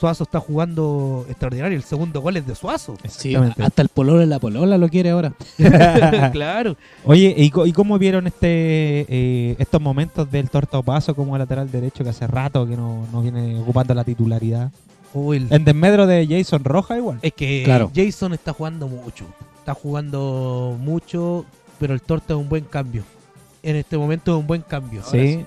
S1: Suazo está jugando extraordinario. El segundo gol es de
S2: [laughs]
S1: Suazo. [laughs]
S5: Sí, hasta el pololo de la polola lo quiere ahora.
S1: claro.
S2: Oye, ¿y, co- y cómo vieron este eh, estos momentos del torto paso como lateral derecho que hace rato que no, no viene ocupando la titularidad?
S1: Uy, el-
S2: En desmedro de Jason Roja igual.
S1: es que
S5: Claro.
S1: Jason está jugando mucho. Está jugando mucho, pero el torta es un buen cambio. En este momento es un buen cambio.
S2: sí.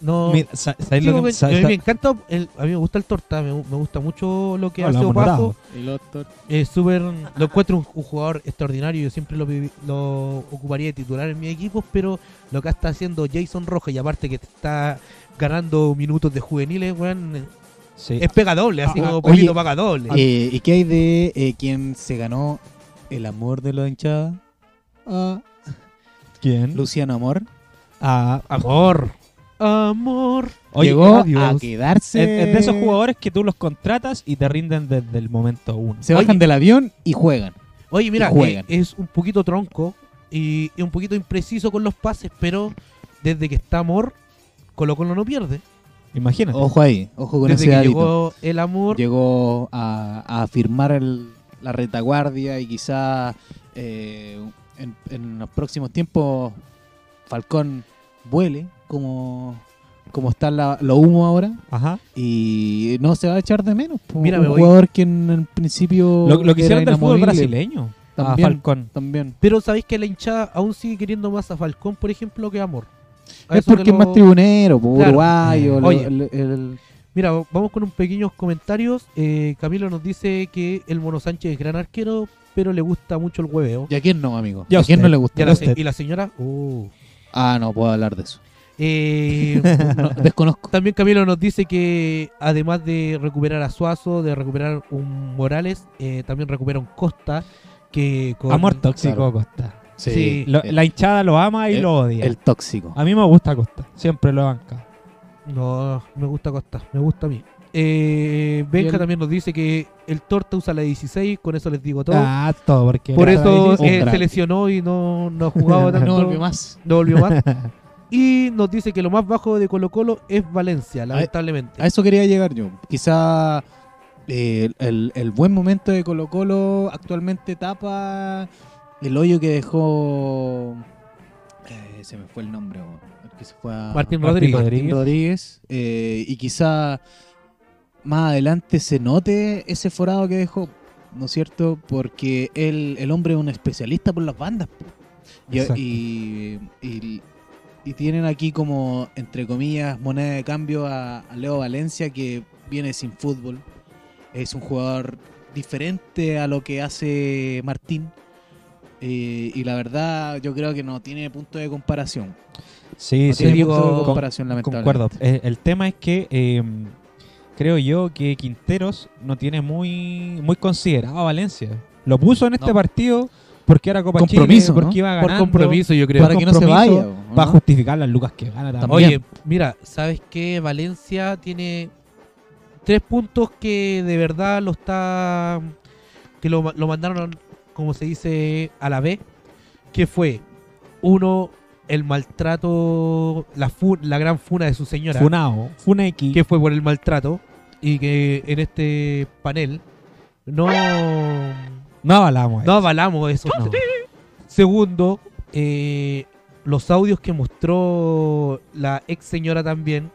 S1: No,
S2: Mira, sa- ¿sabes
S1: Sí,
S2: lo que-
S1: me-
S2: sa-
S1: a mí
S2: sa-
S1: me encanta, el- a mí me gusta el torta, me, me gusta mucho lo que
S2: No, lo
S1: hace
S2: hemos
S1: Opaso.
S2: notado.
S5: El otro.
S1: Es Eh, súper- lo encuentro un, un jugador extraordinario. Yo siempre lo, vi- lo ocuparía de titular en mi equipo, pero lo que está haciendo Jason Rojas y aparte que está ganando minutos de juveniles, weón, eh,
S2: sí.
S1: es pega doble, así
S5: Ah,
S1: como
S5: oye,
S1: Polito paga doble.
S5: Eh, ¿Y qué hay de eh, quien se ganó el amor de la hinchada? Ah,
S2: ¿Quién?
S5: Luciano Amor.
S2: Ah,
S1: amor, amor.
S2: oye,
S5: llegó
S2: adiós.
S5: a quedarse.
S2: Es, es de esos jugadores que tú los contratas y te rinden desde el momento uno.
S5: Se
S1: Oye.
S5: bajan del avión y juegan.
S1: Oye, mira,
S5: Y juegan.
S1: eh, es un poquito tronco y, y un poquito impreciso con los pases, pero desde que está amor, Colo Colo no pierde.
S2: Imagínate.
S5: [laughs] Oh. Ojo ahí, ojo con
S1: Desde
S5: ese
S1: que
S5: hábito.
S1: llegó el amor,
S5: Llegó a, a firmar el, la retaguardia y quizá eh, en, en los próximos tiempos Falcón vuele como, como está la- lo humo ahora
S2: Ajá.
S5: y no se va a echar de menos. po.
S1: Mira,
S5: un
S1: me voy.
S5: jugador que en el principio
S2: Lo, lo que
S5: era
S2: hicieron del fútbol
S5: inamovible
S2: brasileño. A
S5: También.
S2: Falcón.
S5: también.
S1: Pero sabéis que la hinchada aún sigue queriendo más a Falcón, por ejemplo, que a Amor. A
S5: Es
S1: eso te
S5: porque es
S1: lo-
S5: más tribunero, po,
S1: Claro.
S5: uruguayo. lo-
S1: Oye.
S5: el- el-
S1: Mira, vamos con unos pequeños comentarios. Eh, Camilo nos dice que el Mono Sánchez es gran arquero, pero le gusta mucho el hueveo.
S5: ¿Y a quién no, amigo?
S2: Ya
S5: ¿A quién
S2: usted.
S5: no le gusta?
S1: Ya la se-
S2: usted.
S1: y la señora.
S2: [laughs]
S1: Uh.
S5: Ah, no puedo hablar de eso. [laughs]
S1: Eh,
S5: No, desconozco.
S1: también Camilo nos dice que además de recuperar a Suazo, de recuperar un Morales, eh, también recupera un Costa. Que con-
S2: Amor tóxico,
S5: Claro.
S2: Costa.
S1: Sí.
S2: Lo- Ah,
S5: el,
S2: la hinchada lo ama y lo odia.
S5: el tóxico.
S2: A mí me gusta Costa. Siempre lo banca.
S1: No, me gusta Costa, me gusta a mí. Eh, Benja
S5: Bien.
S1: también nos dice que el Torta usa la 16, con eso les digo todo.
S2: Ah, todo. Porque
S1: Por
S2: era
S1: eso
S2: difícil.
S1: eh,
S5: Un
S1: se
S5: crack.
S1: lesionó y no, no ha
S2: [laughs]
S1: jugado tanto.
S5: No volvió más.
S1: No volvió más. Y nos dice que lo más bajo de Colo Colo es Valencia, lamentablemente.
S5: A eso quería llegar yo. Quizá eh, el, el buen momento de Colo Colo actualmente tapa el hoyo que dejó... eh, se me fue el nombre. weón. El que se fue a-
S1: Martín
S2: Martín
S1: Rodríguez.
S5: Martín Rodríguez. eh, y quizá más adelante se note ese forado que dejó, ¿no es cierto? Porque él, el hombre es un especialista por las bandas. po. Y,
S2: Exacto.
S5: y- y- y tienen aquí como, entre comillas, moneda de cambio a, a Leo Valencia que viene sin fútbol. Es un jugador diferente a lo que hace Martín. eh, y la verdad yo creo que no tiene punto de comparación.
S2: Sí,
S5: No
S2: sí.
S5: tiene
S1: digo-
S5: punto de
S2: con-
S5: comparación, lamentablemente.
S2: Concuerdo. Eh, el tema es que eh, creo yo que Quinteros no tiene muy, muy considerado a Valencia. Lo puso en este
S5: No.
S2: partido porque era Copa
S5: Compromiso,
S2: Chile, porque
S5: ¿no?
S2: iba
S1: Por
S2: ganando.
S1: compromiso, yo creo.
S5: Para que no se
S2: compromiso,
S5: vaya. ¿o
S2: Para
S5: no?
S2: justificar las lucas que gana también.
S5: También.
S1: Oye, mira, ¿sabes qué? Valencia tiene tres puntos que de verdad lo está. que lo, lo mandaron, como se dice, a la B. Que fue, uno, el maltrato, la, fu- la gran funa de su señora.
S2: Funao, Funeki.
S1: que fue por el maltrato y que en este panel no,
S2: No avalamos.
S1: no
S2: eso.
S1: avalamos eso. no. Segundo, eh, los audios que mostró la ex señora también,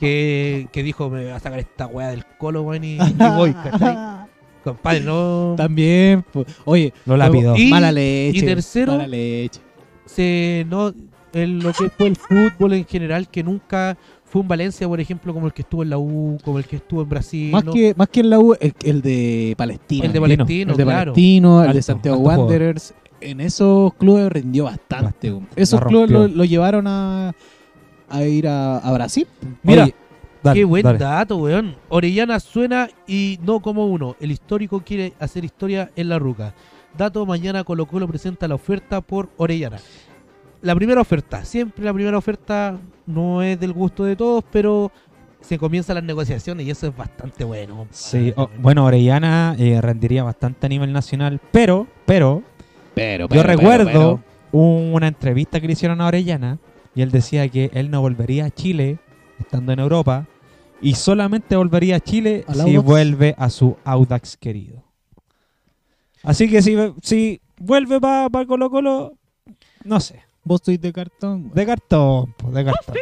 S1: que, que dijo, me va a sacar esta weá del colo, weón, y, y voy,
S5: [laughs]
S1: ¿cachai? Compadre, no...
S5: También. po. Oye,
S2: Lo lapidó.
S1: Y-
S5: mala leche.
S1: y tercero-
S5: Mala leche.
S1: se no en lo que fue el fútbol en general, que nunca fue un Valencia, por ejemplo, como el que estuvo en la U, como el que estuvo en Brasil,
S5: Más,
S1: ¿no?
S5: que, más que el, la U, el, el de Palestino.
S1: el de
S2: Palestino,
S1: Palestino,
S5: El de
S1: claro.
S5: Palestino, el
S2: Alto,
S5: de Santiago
S2: alto jugador.
S5: Wanderers. En esos clubes rindió bastante.
S2: Bastante.
S5: Esos
S2: La
S5: clubes lo,
S2: rompió.
S5: lo llevaron a, a ir a, a Brasil.
S1: Mira,
S2: Oye, dale,
S1: Qué buen
S2: dale.
S1: dato, weón. Orellana suena y no como uno. El histórico quiere hacer historia en la ruca. Dato, mañana Colo Colo presenta la oferta por Orellana. La primera oferta, siempre la primera oferta no es del gusto de todos, pero se comienzan las negociaciones y eso es bastante bueno. compadre.
S2: Sí, oh, o- bueno, Orellana eh, rendiría bastante a nivel nacional, pero, pero,
S5: Pero,
S2: yo recuerdo una entrevista que le hicieron a Orellana y él decía que él no volvería a Chile estando en Europa y solamente volvería a Chile
S5: ¿Al
S2: si
S5: Audax?
S2: vuelve a su Audax querido. Así que si, si vuelve para Colo Colo, no sé,
S5: Vos sois de cartón.
S2: de cartón, po, de cartón.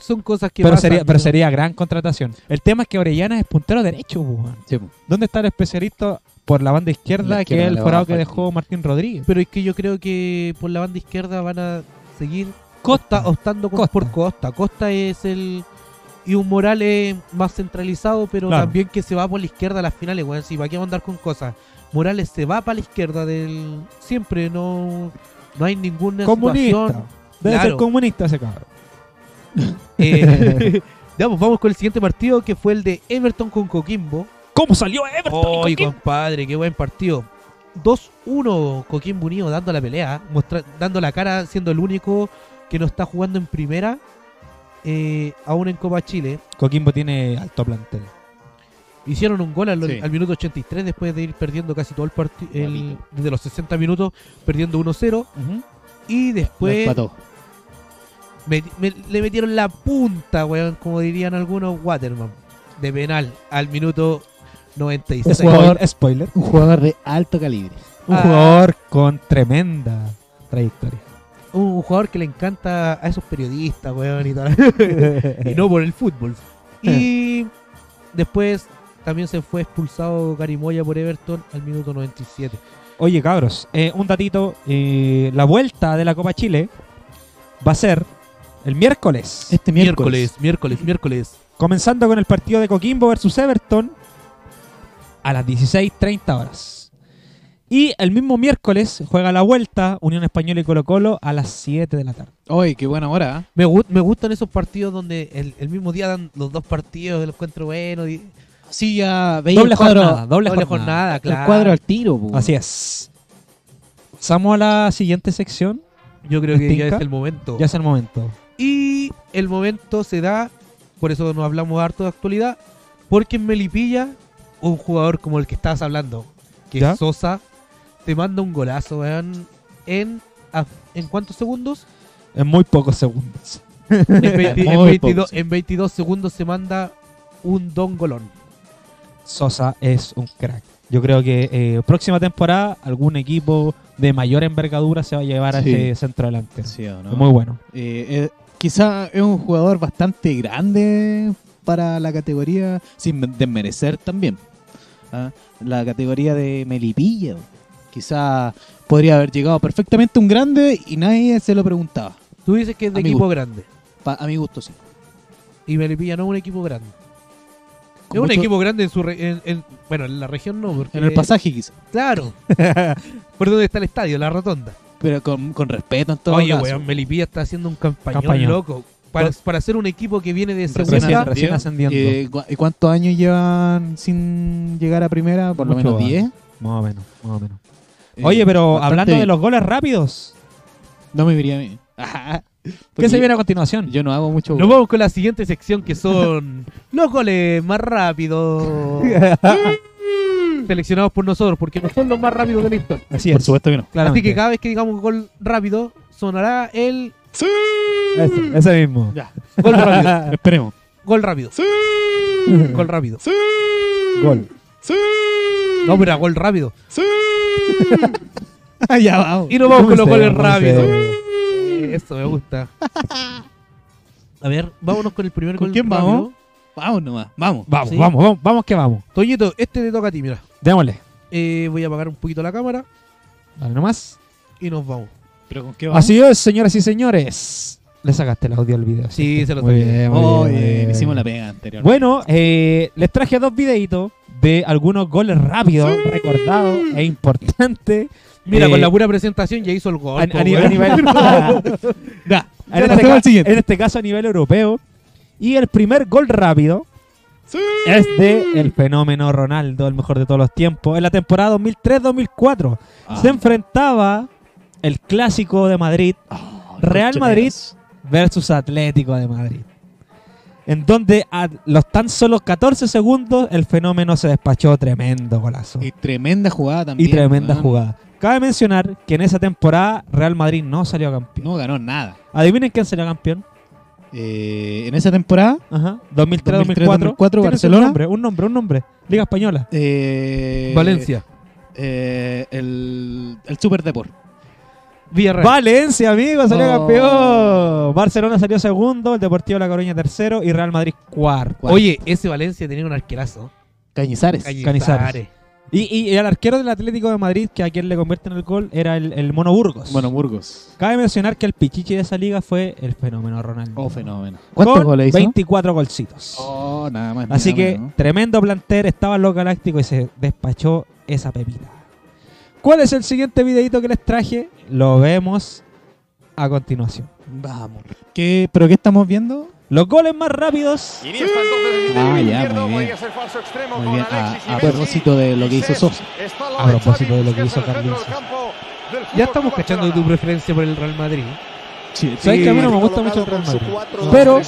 S1: Son cosas que
S2: Pero
S1: pasan,
S2: sería, pero
S1: ¿no?
S2: sería gran contratación. El tema es que Orellana es puntero derecho, weón.
S5: Sí, po.
S2: ¿Dónde está el especialista por la banda izquierda,
S5: La
S2: que es
S5: izquierda
S2: el
S5: le va
S2: forado
S5: a
S2: que
S5: faltar.
S2: dejó Martín Rodríguez?
S1: Pero es que yo creo que por la banda izquierda van a seguir Costa optando con-
S2: Costa.
S1: por Costa. Costa es el. Y un Morales más centralizado, pero
S2: Claro.
S1: también que se va por la izquierda a las finales, weón. Si, ¿para qué andar con cosas? Morales se va para la izquierda del. Siempre, no. No hay ninguna
S2: Comunista.
S1: situación.
S2: Debe ser
S1: Claro.
S2: comunista ese cabrón. [laughs]
S1: Eh, [laughs] ya, pues, vamos con el siguiente partido que fue el de Everton con Coquimbo.
S2: ¿Cómo salió Everton?
S1: ¡Ay, compadre! ¡Qué buen partido! 2-1 Coquimbo Unido dando la pelea, mostra- dando la cara, siendo el único que no está jugando en primera, eh, aún en Copa Chile.
S2: Coquimbo tiene alto plantel.
S1: Hicieron un gol al,
S5: Sí.
S1: al minuto 83 después de ir perdiendo casi todo el partido,
S5: Bonito.
S1: desde los 60 minutos, perdiendo 1-0. Y después
S5: Empató.
S1: meti- me- le metieron la punta, weón, como dirían algunos, Waterman, de penal al minuto 96.
S2: Spoiler, spoiler.
S3: Un jugador de alto calibre.
S2: Un
S1: Ah.
S2: jugador con tremenda [laughs] trayectoria.
S1: Un, un jugador que le encanta a esos periodistas, weón, y tal. [laughs] y no por el fútbol. Y después también se fue expulsado Garimoya por Everton al minuto 97.
S2: Oye, cabros, eh, un datito. eh, la vuelta de la Copa Chile va a ser el miércoles.
S5: Este miércoles.
S1: Miércoles, miércoles, miércoles.
S2: Comenzando con el partido de Coquimbo versus Everton a las 16.30 horas. Y el mismo miércoles juega la vuelta Unión Española y Colo Colo a las 7 de la tarde.
S5: Hoy, qué buena hora. ¿eh?
S1: Me, gu- me gustan esos partidos donde el, el mismo día dan los dos partidos, el encuentro bueno. y-
S5: ¿eh? Sí, ya veía
S2: Doble
S5: el cuadro, Ah,
S2: jornada, doble,
S1: doble
S2: jornada.
S1: jornada, claro.
S5: el cuadro al tiro. po.
S2: Así es. Pasamos a la siguiente sección.
S1: Yo creo que ya
S2: Tinca.
S1: es el momento.
S2: Ya es el momento.
S1: Y el momento se da, por eso nos hablamos harto de actualidad, porque en Melipilla, un jugador como el que estabas hablando, que
S2: ¿Ya?
S1: es Sosa, te manda un golazo, weón, en, a- ¿en cuántos segundos?
S2: En muy pocos segundos.
S1: En, 20 en
S3: Muy
S1: 22,
S3: poco,
S1: en 22 segundos se manda un don golón.
S2: Sosa es un crack. Yo creo que eh, próxima temporada algún equipo de mayor envergadura se va a llevar a
S3: Sí.
S2: este centro delante.
S3: Sí, ¿o no?
S2: Muy bueno.
S5: Eh, eh, quizá es un jugador bastante grande para la categoría, sin men- desmerecer también. ¿ah? La categoría de Melipilla. Quizá podría haber llegado perfectamente un grande y nadie se lo preguntaba.
S1: Tú dices que es de
S5: A mi
S1: equipo grande,
S5: Pa- a mi gusto, sí.
S1: y Melipilla no es un equipo grande. Es
S5: Con
S1: un
S5: mucho-
S1: equipo grande en su... re- en- en- bueno, en la región no, porque...
S5: En el pasaje, quizá.
S1: Claro. ¿Por dónde está el estadio? La rotonda.
S5: Pero con, con respeto en todo
S1: Oye,
S5: caso.
S1: weón, Melipilla está haciendo un campañón,
S2: Campañón.
S1: loco. Para, para ser un equipo que viene de
S5: Recién
S1: segunda,
S5: ascendido.
S2: recién ascendiendo.
S5: Eh, ¿cu- ¿Y cuántos años llevan sin llegar a primera? Por lo
S2: Mucho,
S5: menos
S2: ah.
S5: 10.
S2: Más o menos, más o menos.
S5: Eh,
S2: Oye, pero
S5: bastante
S2: hablando de
S5: bien.
S2: los goles rápidos,
S5: No me viría a mí. [laughs]
S2: ¿qué
S5: Porque
S2: se viene a continuación?
S5: Yo no hago mucho.
S1: Nos vamos con la siguiente sección que [laughs] son los goles más rápidos. [laughs] Seleccionados por nosotros, porque no son los más rápidos de la historia.
S2: [laughs] Así
S5: Por
S2: es.
S5: supuesto que no.
S2: claramente.
S1: Así que cada vez que digamos gol rápido, sonará el
S2: Ese- ese mismo.
S5: Ya.
S1: gol [laughs]
S2: Ah.
S1: rápido.
S5: Esperemos.
S2: [laughs]
S1: Gol rápido. [laughs] Gol rápido.
S2: Gol.
S1: No, pero gol rápido.
S2: Ah,
S5: ya vamos.
S1: Y nos vamos con los
S2: Dulce,
S1: goles
S2: dulce.
S1: rápidos. Eso me gusta. [laughs] A ver, vámonos con el primer
S5: ¿Con
S1: gol
S5: quién
S1: rápido.
S5: vamos? Vamos nomás. Vamos.
S2: Vamos,
S1: Sí.
S2: vamos, vamos, vamos que vamos.
S1: Toñito, este te toca a ti, mira.
S2: Démosle.
S1: Eh, voy a apagar un poquito la cámara
S2: Dale nomás.
S1: y nos vamos.
S5: ¿Pero con qué
S2: Así es, señoras y señores. Le sacaste el audio al video.
S1: Sí, se lo
S2: Muy
S1: saqué.
S2: bien, muy
S5: Oh,
S2: bien, muy
S5: eh,
S2: bien.
S5: hicimos la pega anterior.
S2: Bueno, eh, les traje dos videitos de algunos goles rápidos, recordados e importantes.
S1: Mira,
S2: Eh,
S1: con la pura presentación ya hizo el
S2: a,
S1: gol.
S2: a
S1: po,
S2: nivel-
S1: weón.
S2: a
S5: [laughs]
S2: [laughs] nivel-
S5: Ya,
S2: en,
S5: ya
S2: este
S5: pasemos
S2: ca-
S5: al siguiente.
S2: en este caso a nivel europeo. Y el primer gol rápido es de el fenómeno Ronaldo, el mejor de todos los tiempos. En la temporada 2003-2004
S5: Ah.
S2: se enfrentaba el clásico de Madrid
S5: Oh,
S2: Real
S5: coche
S2: Madrid
S5: menos.
S2: versus Atlético de Madrid. En donde a los tan solo 14 segundos el fenómeno se despachó tremendo golazo.
S5: Y tremenda jugada también.
S2: Y tremenda
S5: weón.
S2: jugada. Cabe mencionar que en esa temporada Real Madrid no salió campeón.
S5: No ganó nada.
S2: Adivinen quién salió campeón.
S5: Eh, en esa temporada,
S2: Ajá. 2003-2004.
S5: 2004,
S2: Tienes un
S5: Barcelona.
S2: nombre, un nombre, un nombre. Liga Española.
S5: eh,
S1: [laughs] Valencia.
S5: eh, el, el Super Deport.
S1: Villarreal.
S2: Valencia, amigo, salió
S5: Oh.
S2: campeón. Barcelona salió segundo, el Deportivo La Coruña tercero y Real Madrid cuarto.
S1: Oye, ese Valencia tenía un arquerazo.
S5: Cañizares.
S2: Cañizares. Y, y el arquero del Atlético de Madrid, que a quien le convierten el gol, era el, el Mono Burgos.
S5: Bueno, Burgos.
S2: Cabe mencionar que el pichichi de esa liga fue el fenómeno Ronaldo.
S5: Oh, fenómeno.
S3: ¿Cuántos
S2: Con
S3: goles hizo?
S2: 24 golcitos.
S5: Oh, nada más.
S2: Así
S5: nada
S2: que
S5: menos, ¿no?
S2: tremendo planter, estaban los galácticos y se despachó esa pepita. ¿Cuál es el siguiente videito que les traje? Lo vemos a continuación.
S5: Vamos. ¿Qué, ¿Pero qué estamos viendo?
S2: Los goles más rápidos.
S4: Iniesta entonces desde
S5: Ah,
S4: el
S5: ya,
S4: izquierdo,
S5: muy bien.
S4: podría ser falso extremo
S5: Muy
S4: con
S5: bien. A,
S2: Ah,
S4: Alexis y
S5: a
S4: Messi.
S5: propósito de lo que hizo
S4: Cés,
S5: Sosa.
S4: está al
S2: A
S4: lado de
S2: propósito
S4: Xavi
S2: de lo que
S4: Busquets
S2: hizo
S4: en el centro
S2: Carlos
S4: del campo del fútbol
S1: Ya estamos
S4: de
S1: cachando tu
S4: Barcelona.
S1: preferencia por el Real Madrid.
S2: ¿Sabes que a mí no me gusta mucho el Real Madrid? Pero,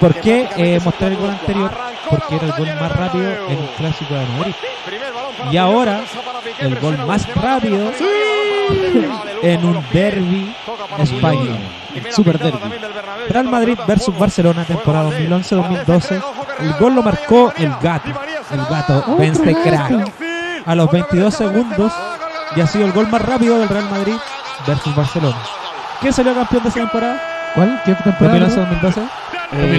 S2: ¿por qué eh, mostrar el gol anterior?
S4: Arrancó
S2: Porque
S4: la
S2: era el gol
S4: batalla en
S2: más
S4: el
S2: rápido
S4: Bernabéu.
S2: en el Clásico de Madrid.
S4: Primer balón para
S2: Y
S4: Piqué,
S2: ahora,
S4: rechaza para Piqué,
S2: el
S4: presiona
S2: gol más
S4: Benzema,
S2: rápido
S4: balón para Valdés, que va de lujo
S2: [laughs] En
S4: con
S2: un
S4: los pies,
S2: derby.
S4: toca para
S2: España.
S4: Puyol.
S2: El
S4: Primera
S5: super
S4: pintada
S5: derbi.
S4: también del Bernabéu,
S2: Real
S4: ya
S2: Madrid
S4: pelota en
S2: versus
S4: juego.
S2: Barcelona, temporada
S4: Fue Valdés.
S2: 2011-2012.
S4: Valdés entrega, ojo que
S2: El
S4: regala
S2: gol lo
S4: Di María,
S2: marcó
S4: Di
S2: el
S4: María.
S2: Gato.
S4: Di María
S2: El gato vence crack. A los 22 segundos y ha sido el gol más rápido del Real Madrid versus Barcelona. ¿Quién salió campeón de esa temporada?
S5: ¿Cuál? ¿Qué temporada?
S2: 2011-2012.
S5: Eh,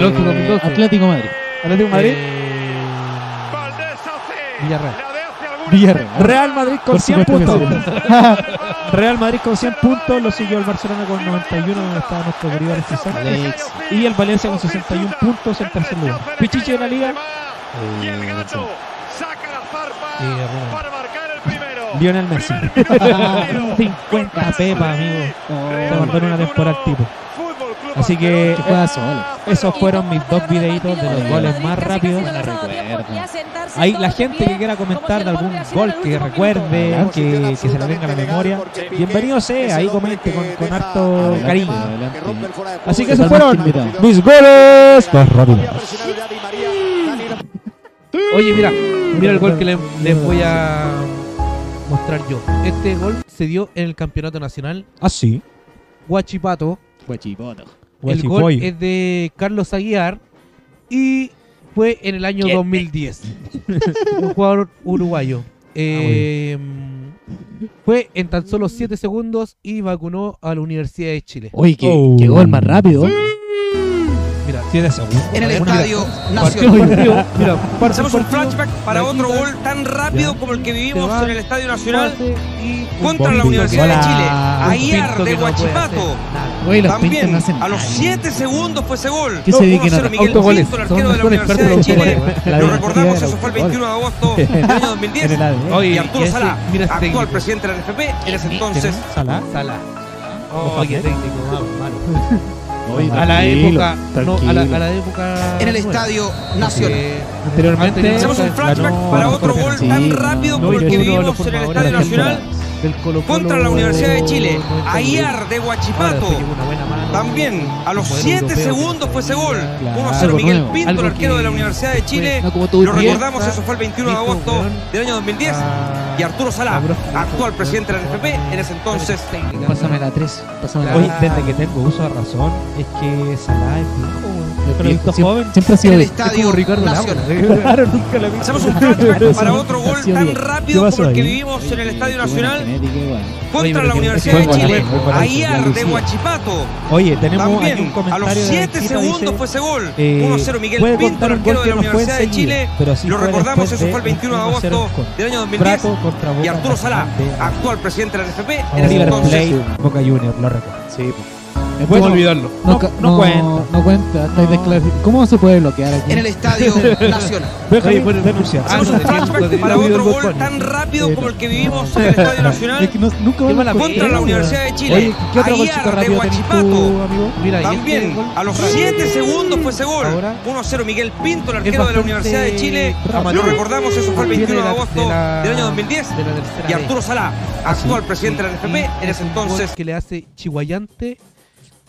S1: 2011, 2012.
S5: Atlético Madrid.
S2: Atlético de Madrid.
S4: Villarreal.
S5: Villarreal.
S2: Real Madrid con
S5: Por
S2: 100
S5: supuesto que
S2: puntos.
S5: sí.
S2: Real Madrid con 100 puntos. Lo siguió el Barcelona con 91, donde estaba nuestro querido Alexis Sánchez.
S5: Alex.
S2: Y el Valencia con 61 puntos en tercer lugar. Pichichi de la liga,
S4: Y el gato saca
S2: Eh,
S4: la zarpa
S2: Ronald.
S4: para marcar el primero.
S2: Lionel Messi. [laughs]
S4: Primero.
S2: 50 pepa, amigo. Se
S4: Oh.
S2: mandó en una temporada al tipo.
S4: Fútbol Club
S2: Así que
S5: Qué juegazo, vale.
S2: esos fueron mis dos videitos de los goles más rápidos. Ahí la gente que quiera comentar de algún gol que recuerde, que, que se le venga a la memoria. Bienvenido sea, ahí comente con, con harto
S5: Adelante,
S2: cariño.
S5: adelante.
S2: Así que
S5: Está
S2: esos
S5: más
S2: fueron
S5: que invitado.
S2: mis goles más rápidos.
S1: Eh, Oye, mira, mira el gol que le- les, voy a mostrar yo. Este gol se dio en el Campeonato Nacional
S2: Ah, sí.
S1: Huachipato.
S5: Guachipoto.
S1: El gol es de Carlos Aguiar y fue en el año 2010. [laughs] un jugador uruguayo. Eh, fue en tan solo 7 segundos y vacunó a la Universidad de Chile.
S5: Uy, qué,
S2: Oh.
S5: qué gol más rápido.
S1: Mira,
S2: Tiene segundo.
S6: en el
S2: Bueno, mira,
S6: Estadio
S1: partido,
S6: Nacional.
S1: partido, mira, parte
S6: Hacemos un
S1: partido,
S6: flashback para
S1: la
S6: otro
S1: quita,
S6: gol tan rápido como el que vivimos
S1: va,
S6: en el Estadio Nacional
S1: pase y
S6: contra la
S2: bombito
S6: Universidad
S2: que-
S6: de Chile.
S2: Hola.
S1: un
S6: Ayer
S1: pinto que
S6: de
S1: no puede
S6: Huachipato.
S1: hacer nada.
S5: Güey, los pintos
S6: También,
S5: no hacen
S6: a los
S5: nada.
S6: 7 segundos fue ese gol.
S5: ¿Qué se dediquen
S6: 2-1-0
S5: a-
S6: Miguel
S1: autogoles?
S6: Pinto, el arquero
S1: Son-
S6: de la
S1: son expertos
S6: Universidad de Chile.
S1: autogoles.
S5: La
S6: Lo
S5: biología
S6: recordamos,
S5: de
S6: eso fue el
S5: autogoles.
S6: 21 de agosto del año 2010.
S5: En el ADN.
S1: Oye,
S6: Y
S1: y
S6: Arturo
S1: ese-
S6: Sala,
S1: mira ese
S6: actual
S1: técnico.
S6: presidente de la NFP, en ese entonces
S2: Salah.
S1: Sala. Oh, qué técnico, malo, malo.
S5: Oye,
S1: A la
S5: tranquilo,
S1: época, no, a la,
S5: tranquilo.
S1: a la época.
S6: en el
S1: nueva. Eh,
S6: Estadio
S1: Porque
S6: Nacional.
S1: anteriormente
S6: Hacemos un flashback
S2: ganó
S6: para
S2: Jorge
S6: otro gol
S5: García.
S6: tan rápido
S5: No,
S6: como
S1: y
S6: el que
S1: fue uno de los
S6: vivimos en el Estadio
S1: formadores de la
S6: Nacional
S1: del Colo-Colo
S6: contra la Universidad de Chile.
S1: 93.
S6: Ayer de
S1: Ahora,
S6: Huachipato.
S1: después llegó una buena mano.
S6: También a los
S1: Poder
S6: 7
S1: europeo.
S6: segundos fue ese gol. 1-0
S5: algo
S6: Miguel
S5: nuevo,
S6: Pinto, el
S1: algo
S6: arquero
S1: que
S6: de la Universidad de Chile.
S5: No, como tú
S6: Lo
S5: bien.
S6: recordamos, eso fue el 21 de
S1: Listo,
S6: agosto
S1: weón.
S6: del año 2010.
S1: Ah,
S6: Y Arturo Salá,
S1: la broma.
S6: actual presidente de la NFP, en ese entonces.
S5: Pásame la 3. Pásame la
S2: Oye,
S5: tres.
S2: desde que tengo uso de razón, es que Salah es viejo, weón. Pero
S5: Viejo,
S2: visto
S5: siempre-
S2: joven.
S5: Siempre ha
S6: En
S5: sido
S6: el
S5: de-
S6: Estadio Nacional.
S1: ¿eh?
S2: Claro, nunca lo vi.
S6: Hacemos un flashback para otro gol
S5: Nacional.
S6: tan
S2: ¿Qué
S6: rápido
S2: pasó
S6: como el que
S2: ahí?
S6: vivimos en el Estadio
S5: Qué buena
S6: Nacional
S5: genética, igual.
S6: contra
S1: pero
S6: la
S1: que-
S6: Universidad
S2: fue
S6: de
S2: golazo,
S6: Chile.
S2: fue golazo,
S6: Ayer
S5: la
S6: de
S5: Lucía.
S6: Huachipato.
S2: Oye, tenemos aquí un
S6: También a
S2: comentario.
S6: los
S2: de
S6: 7
S2: Benjita,
S6: segundos pues,
S2: dice,
S6: fue ese gol.
S2: eh,
S6: 1-0 Miguel
S2: puede
S6: Pinto,
S2: contar
S6: el
S2: un gol
S6: arquero de
S2: que
S6: la
S2: no fue
S6: Universidad de
S2: enseguida,
S6: Chile.
S2: pero sí
S6: Lo
S2: fue
S6: recordamos,
S2: después
S6: eso fue el
S2: de
S6: 21 de
S2: 1-0
S6: agosto
S2: con
S6: del año 2010.
S2: Prato contra Boca
S6: Y Arturo Salá,
S2: de-
S6: actual presidente de la NFP, en ese
S2: River
S6: entonces.
S2: Plate, Boca Juniors, lo recuerdo.
S5: Sí.
S1: Es bueno olvidarlo.
S5: No, ca-
S2: no
S5: no-
S2: cuenta.
S5: no cuenta, está
S2: No.
S5: desclasificado. ¿Cómo se puede bloquear aquí?
S6: En el
S2: [laughs]
S6: Estadio Nacional.
S2: Benjamín,
S1: Oye, fueron-
S2: denuncia.
S1: Ah,
S6: Hacemos
S1: no,
S6: un
S1: tenía- lo
S6: flashback
S1: tenía
S6: para
S1: olvidado
S6: otro
S1: el
S6: gol
S1: Boconi.
S6: tan rápido
S5: Eh,
S6: como el que vivimos en el
S2: [laughs]
S6: Estadio
S5: Es
S6: Nacional
S5: que no- nunca
S1: Qué
S5: van
S1: mala
S5: a
S1: cuenta.
S6: contra la Universidad de
S2: Oye,
S6: Chile.
S2: ¿qué otro golcito
S6: Ayer de
S2: rápido tenés
S6: Huachipato.
S2: tú, amigo?
S1: [laughs] Mira, y este
S6: También
S1: gol-
S6: a los 7 segundos fue ese gol.
S1: Ahora-
S6: 1-0 Miguel Pinto, el
S1: Es
S6: arquero de la
S1: bastante
S6: Universidad de Chile.
S1: amateur.
S6: Lo recordamos, eso fue el
S1: Viene
S6: 21 de
S1: la-
S6: agosto
S1: de la-
S6: del año 2010.
S1: de la tercera
S6: Y
S1: B. Ah,
S6: Arturo Salá, actual presidente de la
S1: Y
S6: NFP, en
S1: es
S6: ese
S1: un gol
S6: entonces.
S1: que le hace Chihuayante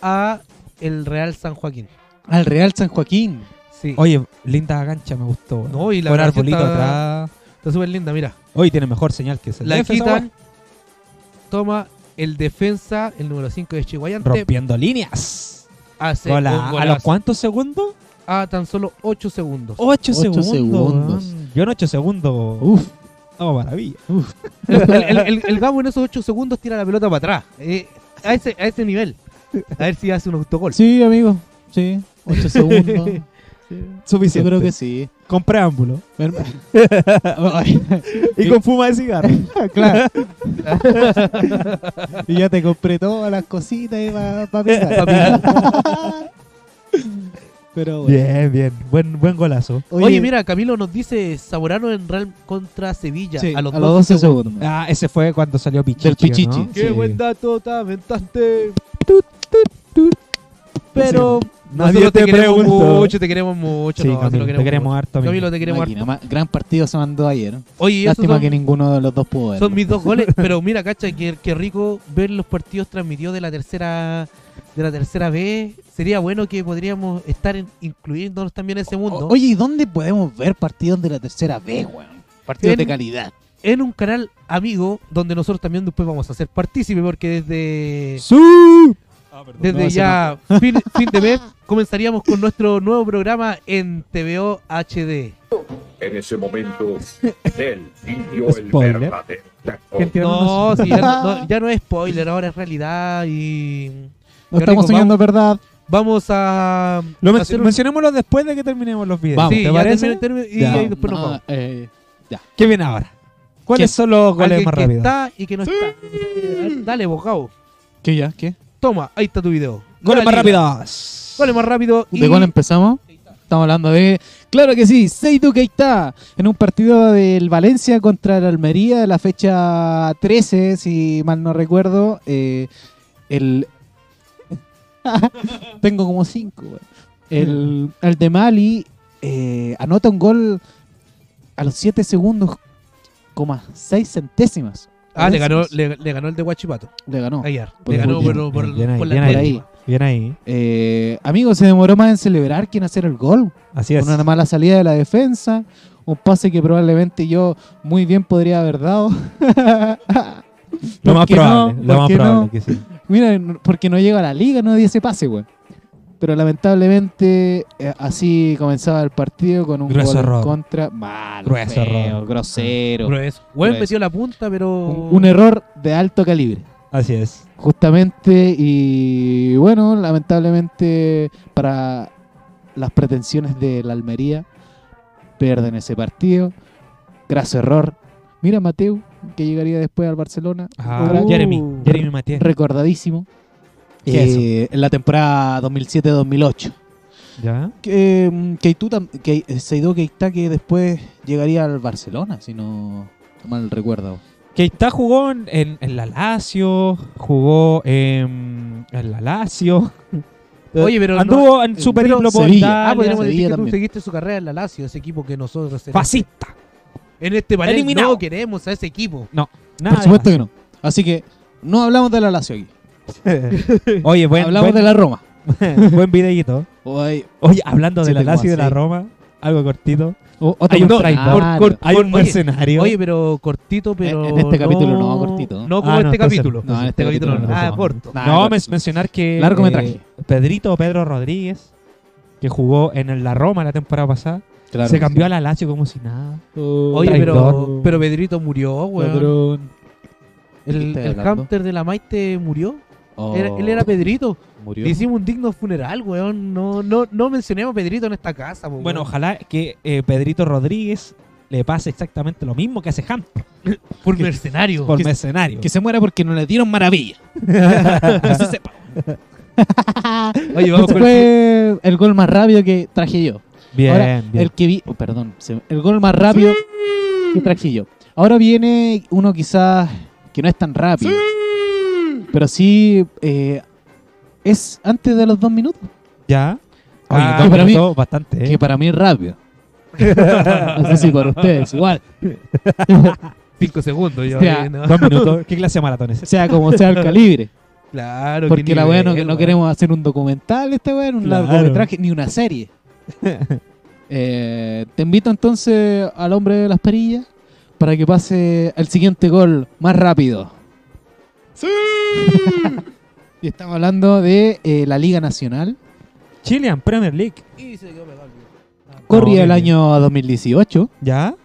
S1: a el Real San Joaquín.
S5: Al Real San Joaquín.
S1: Sí.
S2: Oye, linda cancha, me gustó.
S1: No, y la
S2: Con
S1: cancha
S2: arbolito
S1: está-
S2: atrás.
S1: Está súper linda, mira.
S2: Hoy tiene mejor señal que ese.
S1: La
S2: Defensa,
S1: quitan. Toma el defensa, el número 5 de Chihuayante.
S2: Rompiendo líneas.
S1: hace
S2: Hola,
S1: un
S2: ¿A
S1: golazo
S2: los cuántos segundos?
S1: a tan solo 8 segundos.
S2: 8
S5: Ocho
S2: segundos.
S5: segundos.
S2: weón. Yo en 8 segundos.
S5: Uf.
S2: No, maravilla.
S1: [laughs] El, el, el- el Gabo en esos 8 segundos tira la pelota para atrás. eh, a, ese, a ese nivel. A ver si hace un autogol.
S5: Sí, amigo. Sí.
S1: [laughs]
S5: 8 segundos. Yo
S2: Suficiente.
S5: creo que sí.
S2: Con preámbulo.
S5: Mi [laughs] herma-
S2: [laughs] Y con fuma de [laughs] cigarro.
S5: claro. y ya te compré todas las cositas y para
S1: [laughs] Pa'
S5: pa picar.
S1: picar.
S5: Pero bueno.
S2: bien, bien. Buen, buen golazo.
S1: Oye, mira, Camilo nos dice Saborano en Real contra Sevilla
S5: sí,
S1: a los 12, segundos.
S5: segundos.
S2: Ah, ese fue cuando salió Pichichi.
S5: Del Pichichi.
S2: ¿no?
S1: Qué
S2: Sí.
S1: buen dato, tan aventaste.
S2: Pero
S1: Nosotros te, queremos mucho, te queremos mucho.
S2: Sí,
S1: no,
S2: Camilo,
S1: te lo
S2: te queremos harto. amigo.
S1: Camilo, te queremos harto.
S5: Máquina, ma- gran partido se mandó ayer.
S1: Oye, y esos
S5: Lástima
S1: son,
S5: que ninguno de los dos pudo verlo.
S1: son mis dos
S5: [laughs]
S1: goles, pero mira, cacha, que, que rico ver los partidos transmitidos de la tercera de la tercera B. Sería bueno que podríamos estar en- incluyéndonos también en ese mundo.
S5: O- Oh, Oye, ¿y dónde podemos ver partidos de la tercera B, weón? Partidos
S1: En-
S5: de calidad.
S1: en un canal amigo donde nosotros también después vamos a ser partícipe porque desde
S2: ¡Sí!
S1: desde
S5: No, ese
S1: ya [laughs] fin, fin de mes comenzaríamos con nuestro nuevo programa en TVO HD.
S7: En ese
S2: [laughs]
S7: momento, él sintió el
S2: Spoiler.
S7: verdadero terror.
S8: Gente,
S1: No,
S8: dándonos-
S1: sí, ya, no, ya no
S5: [laughs]
S1: es spoiler, ahora es realidad y.
S5: No
S1: Qué rico,
S5: estamos soñando, ¿verdad?
S1: Vamos a.
S2: Lo men-
S1: hacer un-
S2: Mencionémoslo después de que terminemos los videos.
S1: Sí,
S2: ¿Te
S1: ya
S2: parece?
S1: termina- termina- y
S2: Ya.
S1: ahí después nos
S5: No,
S1: vamos.
S5: eh,
S2: ¿Qué viene ahora? ¿Cuáles
S5: ¿Qué?
S2: son los goles
S1: Alguien
S2: más
S1: que
S2: rápidos?
S1: está y que no está. Dale, bocao.
S5: ¿Qué ya? ¿Qué?
S1: Toma, ahí está tu video.
S2: Goles más
S1: Dale.
S2: rápidos.
S1: Goles más rápido. y-
S5: ¿De cuál empezamos? Estamos hablando de. Claro que sí, Seydou Keita. En un partido del Valencia contra el Almería de la fecha 13, si mal no recuerdo. eh, el. [laughs] Tengo como 5, El, el de Mali eh, anota un gol a los 7 segundos, coma 6 centésimas.
S1: Ah, le ganó, le, le ganó el de Guachipato.
S5: Le ganó.
S1: Ayer.
S5: Por
S1: le ganó
S5: muy
S1: por,
S5: bien,
S1: por, por, la
S2: bien ahí, bien ahí.
S1: décima.
S2: Bien ahí.
S5: Eh, amigo, se demoró más en celebrar que en hacer el gol.
S2: Así es.
S5: con una mala salida de la defensa, un pase que probablemente yo muy bien podría haber dado.
S2: lo más
S5: ¿Por qué
S2: probable.
S5: no?
S2: Lo
S5: ¿Por
S2: más
S5: qué
S2: probable
S5: no?
S2: que sí.
S5: Mira, n- porque no llega a la liga, no dio ese pase, güey. Pero lamentablemente eh, así comenzaba el partido con un
S2: Grueso
S5: gol en
S2: error.
S5: contra mal,
S2: Grueso
S5: feo,
S2: error. Ah.
S5: grosero,
S1: Grueso. Buen
S5: Grueso.
S1: metió la punta, pero.
S5: un, un error de alto calibre.
S2: Así es.
S5: Justamente y bueno, lamentablemente para las pretensiones de la Almería pierden ese partido. Graso error. Mira Mateu, que llegaría después al Barcelona.
S2: Ah,
S5: Ahora,
S2: Jeremy. Jeremy Matías.
S5: Recordadísimo.
S2: ¿Qué es eso?
S5: Eh, en la temporada 2007-2008.
S2: ¿Ya?
S5: Que, mm, Keituta- que eh, Seydou Keita que después llegaría al Barcelona, si no mal recuerdo.
S2: Keita jugó en, en, en la Lazio, jugó em, en la Lazio.
S1: Oye, pero no-
S2: Anduvo en su
S1: pero
S2: periplo por
S5: Sevilla.
S1: Ah,
S2: Italia.
S1: podríamos decir
S5: Sevilla
S1: que tú
S5: también.
S1: seguiste su carrera en la Lazio, ese equipo que nosotros
S2: Fascista.
S1: en este panel
S2: Eliminado.
S1: no queremos a ese equipo.
S2: Nada
S5: Por supuesto que no. Así que no hablamos de la Lazio aquí.
S2: que [laughs] Oye, buen,
S5: hablamos de la Roma.
S2: buen, buen videíto.
S5: Oye,
S2: Oye, hablando de la
S5: 7,6.
S2: Lazio y de la Roma, algo cortito.
S5: O- otro
S2: Hay un
S5: contrato.
S2: traidor.
S5: Claro.
S1: Cor-
S2: Hay
S1: cor-
S2: un
S1: oye,
S2: mercenario.
S1: Oye, pero cortito, pero.
S5: En- en este capítulo no, cortito, ¿no?
S1: No como
S2: Ah, no,
S1: este
S2: entonces-
S1: capítulo.
S5: no, en este capítulo no.
S1: Ah,
S5: No.
S1: corto.
S5: Nah,
S2: no,
S5: corto.
S2: men- mencionar que.
S5: Largometraje.
S2: eh, Pedrito Pedro Rodríguez, que jugó en el- la Roma la temporada pasada,
S5: Claro.
S2: se cambió a la Lazio como si nada.
S5: Oh,
S1: Oye, pero,
S2: traidor.
S1: pero Pedrito murió, weón.
S5: Ladrón.
S1: El,
S5: ¿Estás
S1: el
S5: hablando?
S1: hamster de la Maite murió.
S5: Oh,
S1: Era- él era Pedrito.
S5: murió.
S1: Le hicimos un digno funeral, weón. No, no, no mencionemos a Pedrito en esta casa, po,
S2: Bueno,
S1: weón.
S2: ojalá que eh, Pedrito Rodríguez le pase exactamente lo mismo que hace Ham
S1: por
S2: que-
S1: mercenario.
S2: por mercenario. [laughs]
S5: Que se muera porque no le dieron maravilla. Que se sepa.
S1: Oye, vamos con
S5: Ese Este fue el gol más rápido que traje yo.
S2: Bien,
S5: Ahora,
S2: bien.
S5: El que vi, oh, perdón, se- el gol más rápido que traje yo. Ahora viene uno quizás que no es tan rápido, pero sí eh, es antes de los dos minutos,
S2: [laughs] Ya.
S5: Oye,
S2: Ah,
S5: que para mí-
S2: costó bastante. ¿eh?
S5: que para mí es [laughs] rápido. no sé si para ustedes igual.
S1: 5 segundos. yo,
S2: [laughs]
S5: Ya.
S1: eh, no.
S2: Dos minutos. ¿Qué clase de maratón es?
S5: Sea como sea el calibre.
S1: Claro,
S5: Porque
S1: qué
S5: la weá no,
S1: nivel,
S5: no
S1: weón.
S5: queremos hacer un documental, este weón, un
S2: Claro.
S5: largometraje, ni una
S2: [laughs]
S5: serie. Eh, te invito entonces al hombre de las perillas para que pase el siguiente gol más rápido. [laughs] y estamos hablando de eh, la Liga Nacional.
S2: Chilean Premier League.
S1: Y se quedó pegado el video. Ah,
S5: Corría
S2: No,
S5: el
S2: Oh, bien.
S5: año 2018.
S2: ¿Ya?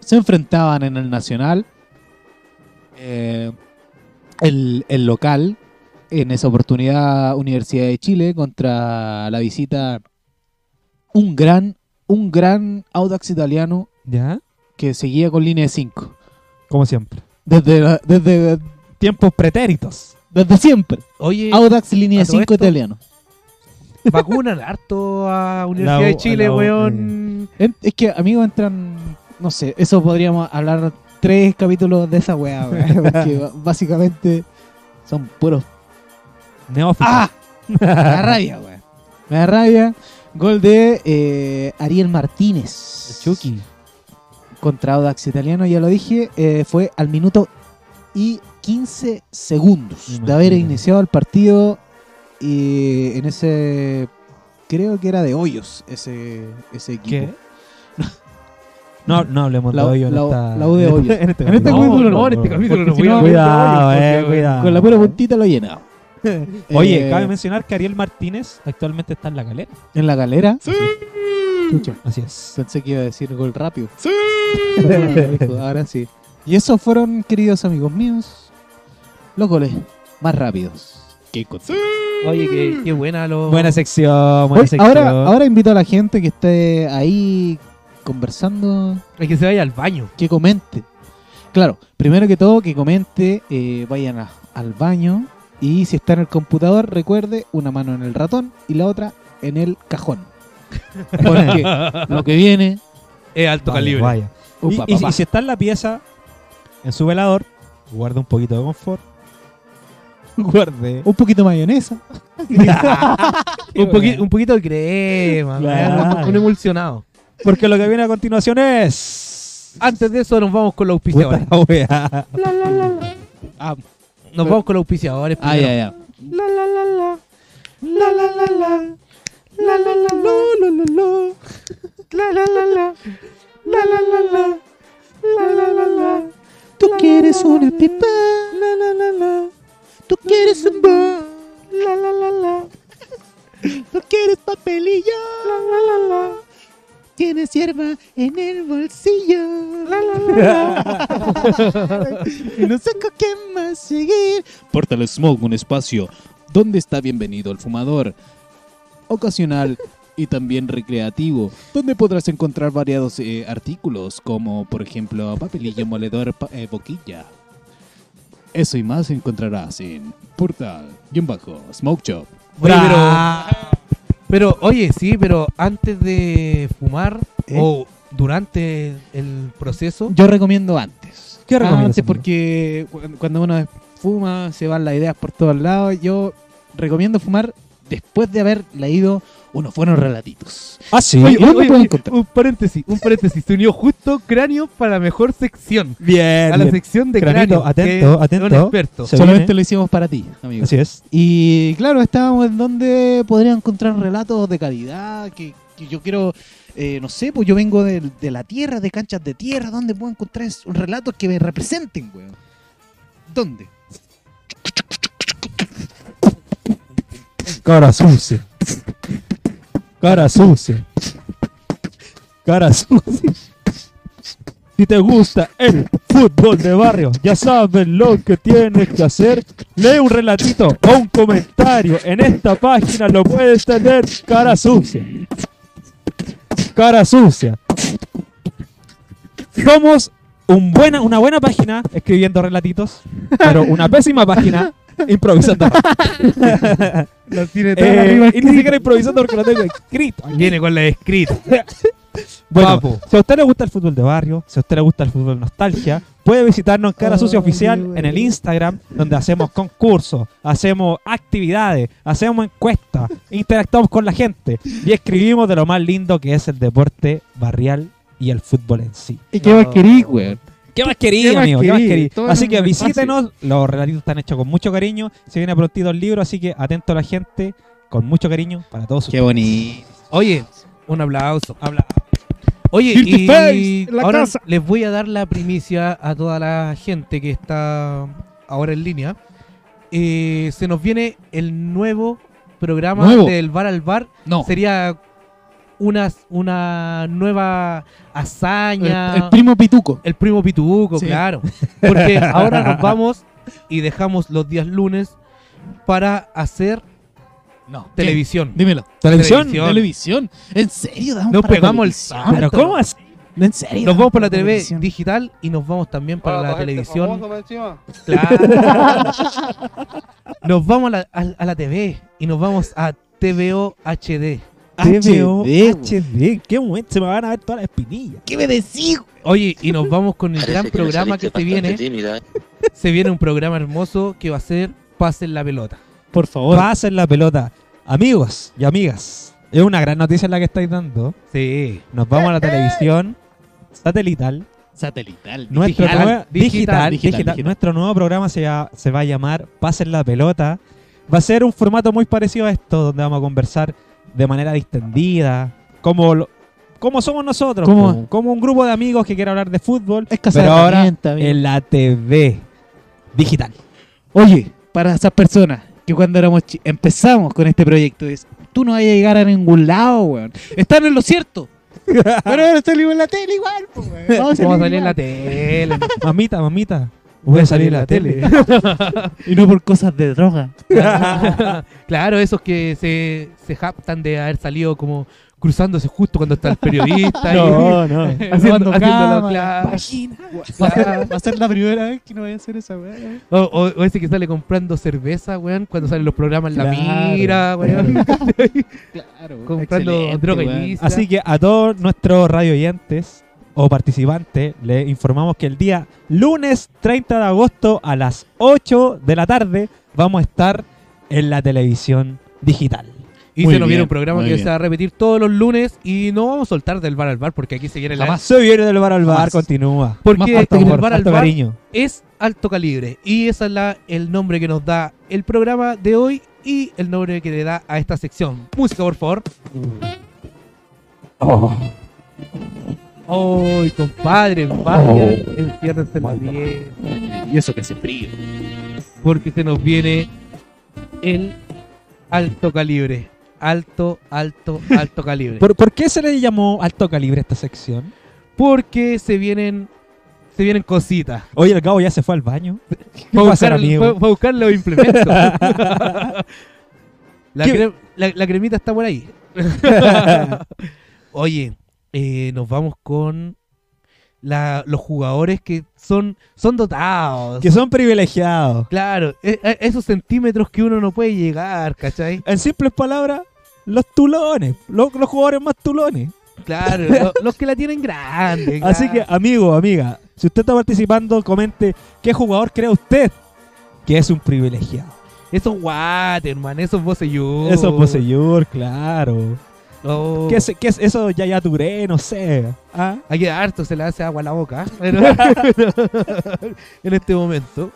S5: Se enfrentaban en el Nacional. eh, el, el local. En esa oportunidad, Universidad de Chile contra la visita. Un gran, un gran Audax italiano
S2: ¿Ya?
S5: que seguía con línea de 5.
S2: Como siempre.
S5: Desde, la- desde,
S2: Tiempos pretéritos.
S5: desde siempre. [laughs]
S1: Oye,
S5: Audax línea
S1: a
S5: de
S1: todo
S5: 5
S1: esto-
S5: italiano.
S1: vacunan harto a Universidad
S2: La U-
S1: de Chile,
S2: la U-
S1: weón.
S5: En- Es que, amigos, entran. No sé, eso podríamos hablar tres capítulos de esa weá, weá, Porque ba- básicamente son puros
S2: Neófito.
S5: ¡Ah! Me da rabia, güey. Me da rabia. Gol de eh, Ariel Martínez.
S2: Chucky.
S5: Contra Audax Italiano, ya lo dije. eh, fue al minuto y 15 segundos de haber
S2: Imagínate.
S5: iniciado el partido. Y en ese. Creo que era de hoyos ese, ese equipo.
S2: ¿Qué? No, no hablemos
S5: La,
S2: de hoyo. en
S5: la-
S2: esta-
S5: la U de hoyos.
S2: En este
S5: En este
S2: capítulo.
S5: capítulo
S1: no,
S5: no,
S1: en este capítulo
S5: porque
S1: no
S5: si
S1: voy a
S5: no-
S1: hablar de hoyos,
S2: Cuidado, eh,
S1: porque,
S2: cuidado.
S5: Con la pura puntita lo llenaba.
S2: Oye,
S5: Eh,
S2: cabe mencionar que Ariel Martínez actualmente está en la galera.
S5: en la galera.
S3: escucha.
S2: Así es.
S5: Pensé que iba a decir gol rápido.
S2: [laughs]
S5: Ahora sí. Y esos fueron, queridos amigos míos, los goles más rápidos. que encontré.
S1: Oye, qué, qué buena lo.
S2: Buena sección, buena
S5: Oye,
S2: sección.
S5: ahora, ahora invito a la gente que esté ahí conversando
S1: Es que se vaya al baño.
S5: que comente. Claro, primero que todo que comente, eh, vayan a- al baño y si está en el computador, recuerde una mano en el ratón y la otra en el
S2: [laughs]
S5: cajón. Porque lo que viene,
S1: Es alto
S2: Vaya,
S1: calibre. [laughs]
S2: vaya. Y-
S5: upa,
S2: y,
S5: papá.
S2: y si está en la pieza, en su velador, guarde un poquito de confort. [laughs] Guarde.
S5: un poquito de mayonesa.
S1: [laughs] Un, poqui- un poquito de crema,
S2: Claro.
S1: un- un emulsionado.
S2: Porque lo que viene a continuación es.
S1: Antes de eso, nos vamos con los
S2: Puta
S1: auspiciadores.
S2: la wea.
S5: Ah,
S1: Nos vamos con los auspiciadores.
S5: ah,
S1: primero.
S5: ya, ya. Tú quieres una pipa. Tú quieres un bar. Tú quieres papelillo. Tienes hierba en el bolsillo. Y [laughs] no sé con qué más seguir. Portal Smoke, un espacio donde está bienvenido el fumador. Ocasional y también recreativo, donde podrás encontrar variados eh, artículos, como por ejemplo papelillo, moledor, pa- eh, boquilla. Eso y más encontrarás en Portal y en bajo Smoke Shop.
S1: Oye, pero, pero, oye, sí, pero antes de fumar
S5: ¿Eh?
S1: o durante el proceso,
S5: Yo recomiendo antes.
S2: ¿Qué recomiendas,
S5: Antes
S2: amigo?
S5: porque cu- cuando uno fuma se van las ideas por todos lados. Yo recomiendo fumar después de haber leído unos buenos relatitos.
S2: Ah, sí.
S5: Oye, ¿dónde puedo encontrar?
S1: un paréntesis, un paréntesis. Se unió justo cráneo para la mejor sección.
S2: Bien.
S1: A la
S2: bien.
S1: sección de cráneo.
S2: Cranito,
S1: que
S2: atento,
S1: es
S2: atento.
S1: Un experto.
S2: Se-
S5: Solamente
S2: viene.
S5: lo hicimos para ti, amigo.
S2: Así es.
S5: Y claro, estábamos en donde podría encontrar relatos de calidad, que, que yo quiero, eh, no sé, pues yo vengo del- de, la tierra, de canchas de tierra, donde puedo encontrar es- relatos que me representen, weón. ¿Dónde?
S2: Cara sucia. Cara sucia. Cara sucia. Si te gusta el fútbol de barrio, ya sabes lo que tienes que hacer. Lee un relatito o un comentario. En esta página lo puedes tener. Cara sucia. Cara sucia. Somos un buena, una buena página escribiendo relatitos, pero una pésima página improvisando.
S1: [laughs] Lo tiene todo arriba.
S2: Eh, y ni siquiera improvisando porque lo tengo escrito.
S1: Viene con la escrita.
S2: [laughs] Bueno,
S1: Papo.
S2: si a usted le gusta el fútbol de barrio, si a usted le gusta el fútbol nostalgia, puede visitarnos en Cara Sucia
S1: Ay,
S2: Oficial
S1: güey.
S2: en el Instagram, donde hacemos concursos, hacemos actividades, hacemos encuestas, interactuamos con la gente y escribimos de lo más lindo que es el deporte barrial y el fútbol en sí.
S5: ¿Y qué
S1: más querís,
S5: weón?
S2: ¿Qué más quería,
S1: ¿Qué más
S2: amigo? ¿Qué más
S1: querí?
S2: querí?
S1: Todo
S2: Así
S1: es
S2: que
S1: muy
S2: visítenos, los relatitos están hechos con mucho cariño, se viene prontito el libro, así que atento a la gente, con mucho cariño para todos ustedes.
S5: bonito.
S1: Oye, un aplauso. Habla. Oye,
S5: Dirty
S1: y
S5: Face en la
S1: ahora
S5: casa.
S1: les voy a dar la primicia a toda la gente que está ahora en línea. Eh, se nos viene el nuevo programa
S5: ¿Nuevo?
S1: del Bar al Bar.
S5: No,
S1: Sería una, una nueva
S5: el,
S1: hazaña.
S5: el primo pituco.
S1: El primo Pituco,
S5: Sí.
S1: claro.
S5: [laughs]
S1: Porque ahora nos vamos y dejamos los días lunes para hacer
S5: No,
S1: televisión.
S5: Dímelo.
S1: ¿Televisión?
S5: Televisión. ¿En serio? Damos
S1: No
S5: para
S1: pegamos el
S5: televisión?
S1: salto.
S2: Pero ¿cómo así?
S5: ¿En serio?
S1: Nos vamos por la
S5: Damos
S1: TV
S5: televisión.
S1: digital y nos vamos también para este
S4: Ah,
S1: la
S4: este
S1: televisión.
S4: Nos
S1: Claro. nos vamos a la, a- a la TV y nos vamos a TVO HD.
S2: TVO,
S5: HD,
S2: HD, qué momento, se me van a ver todas las espinillas.
S5: ¿Qué me decís?
S1: Oye, y nos vamos con el gran
S8: Parece me
S1: programa que
S8: saliste
S1: se
S8: bastante
S1: viene.
S8: tímida, ¿eh?
S1: [laughs] Se viene un programa hermoso que va a ser Pasen la pelota.
S5: Por favor.
S2: Pasen la pelota. Amigos y amigas, es una gran noticia la que estáis dando.
S1: Sí.
S2: Nos vamos a la televisión satelital.
S5: Satelital.
S2: Nuestro
S1: Digital,
S2: nuevo- digital,
S1: digital,
S2: digital,
S5: digital.
S2: Nuestro nuevo programa se, va- se va a llamar Pasen la pelota. Va a ser un formato muy parecido a esto, donde vamos a conversar de manera distendida, como, lo- como somos nosotros,
S5: ¿Cómo?
S2: como, como un grupo de amigos que quiere hablar de fútbol,
S5: Es casa
S2: pero
S5: de
S2: ahora
S5: herramienta, amigo.
S2: en la TV digital.
S5: Oye, para esas personas que cuando éramos chi- empezamos con este proyecto, es, tú no vas a llegar a ningún lado, weón. Están en lo cierto. Pero ahora salimos en la tele igual. po, weón. Vamos
S1: Vamos a salir en
S5: igual.
S1: la tele.
S2: Mamita, mamita, voy a salir en la tele.
S5: Y no por cosas de droga.
S1: [laughs] claro, esos que se, se jactan de haber salido como cruzándose justo cuando está el periodista. y,
S5: [laughs]
S1: [laughs]
S5: No, no.
S1: haciendo,
S5: Robando
S1: haciendo la-
S5: cámara,
S1: claro.
S5: página. Va a ser- va a ser la primera vez que no voy a hacer esa weá. weón.
S1: O, o- o ese que sale comprando cerveza, weón, cuando salen los programas en La
S5: Claro,
S1: Mira, weón.
S5: [laughs] Claro.
S1: comprando
S5: excelente,
S1: droga
S5: weón.
S1: ilícita.
S2: [laughs] Así que a todos nuestros radioyentes o participantes les informamos que el día lunes 30 de agosto a las 8 de la tarde vamos a estar en la televisión digital.
S1: y
S5: Muy
S1: se nos viene
S5: bien,
S1: un programa
S5: muy
S1: que se
S5: bien.
S1: va a repetir todos los lunes y no vamos a soltar del bar al bar porque aquí se viene la...
S2: Jamás se viene del bar al bar,
S5: Jamás.
S2: continúa.
S1: Porque
S2: Por
S1: el
S2: favor,
S1: bar al
S2: alto
S1: bar
S2: cariño.
S1: es alto calibre y esa es la, el nombre que nos da el programa de hoy y el nombre que le da a esta sección. Música, por favor. ¡Ay, compadre! Vayan, enciérrense las 10.
S3: Y eso que hace frío.
S1: porque se nos viene el alto calibre. Alto, alto, alto calibre.
S2: ¿Por, por qué se le llamó alto calibre a esta sección?
S1: Porque se vienen se vienen cositas.
S2: Oye, el cabo ya se fue
S1: [laughs]
S2: al baño. ¿Qué
S1: Fue a
S2: pasa,
S1: buscar, fue-
S2: amigo?
S1: fue a buscar los implementos. [laughs] la,
S2: ¿Qué?
S1: cre- la- la cremita está por [laughs] ahí. Oye, eh, nos vamos con la- los jugadores que son, son dotados.
S2: Que son privilegiados.
S1: Claro, e- e- esos centímetros que uno no puede llegar, ¿cachai?
S2: En simples palabras, los tulones. Los, los jugadores más tulones.
S1: Claro, [laughs] lo- los que la tienen grande.
S2: Así que,
S1: claro.
S2: amigo, amiga, si usted está participando, comente qué jugador cree usted que es un privilegiado.
S1: Esos Waterman, esos Boseyur.
S2: Eso, poseyur, claro.
S1: Oh,
S2: ¿Qué es, qué es eso? Ya, ya, Touré, no sé. ¿Ah?
S1: Hay que harto, se le hace agua a la boca. ¿eh? [laughs] Pero- en este momento.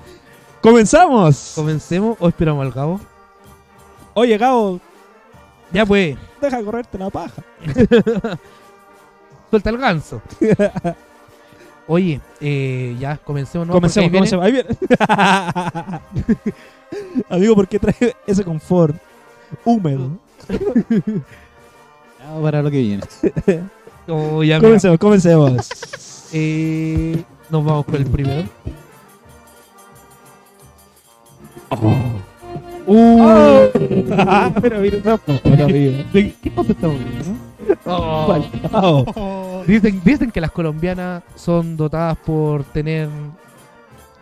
S2: ¡Comenzamos!
S1: Comencemos o esperamos al cabo.
S2: Oye, Gabo,
S1: Ya pues,
S2: deja correrte la paja.
S1: suelta el ganso. Oye, eh, ya, comencemos. ¿no?
S2: comencemos,
S1: Porque ahí viene-
S2: comencemos. Ahí viene. [laughs] amigo, ¿por qué trae ese confort húmedo?
S3: Bravo para lo que viene.
S1: Oh, ya, mira. [laughs]
S2: Comencemos, comencemos.
S1: Eh, nos vamos con el primero. [laughs]
S2: Uh. Pero mira, no,
S5: ¿De qué cosa estamos viendo?
S1: Oh.
S2: Gabo.
S1: Dicen, dicen que las colombianas son dotadas por tener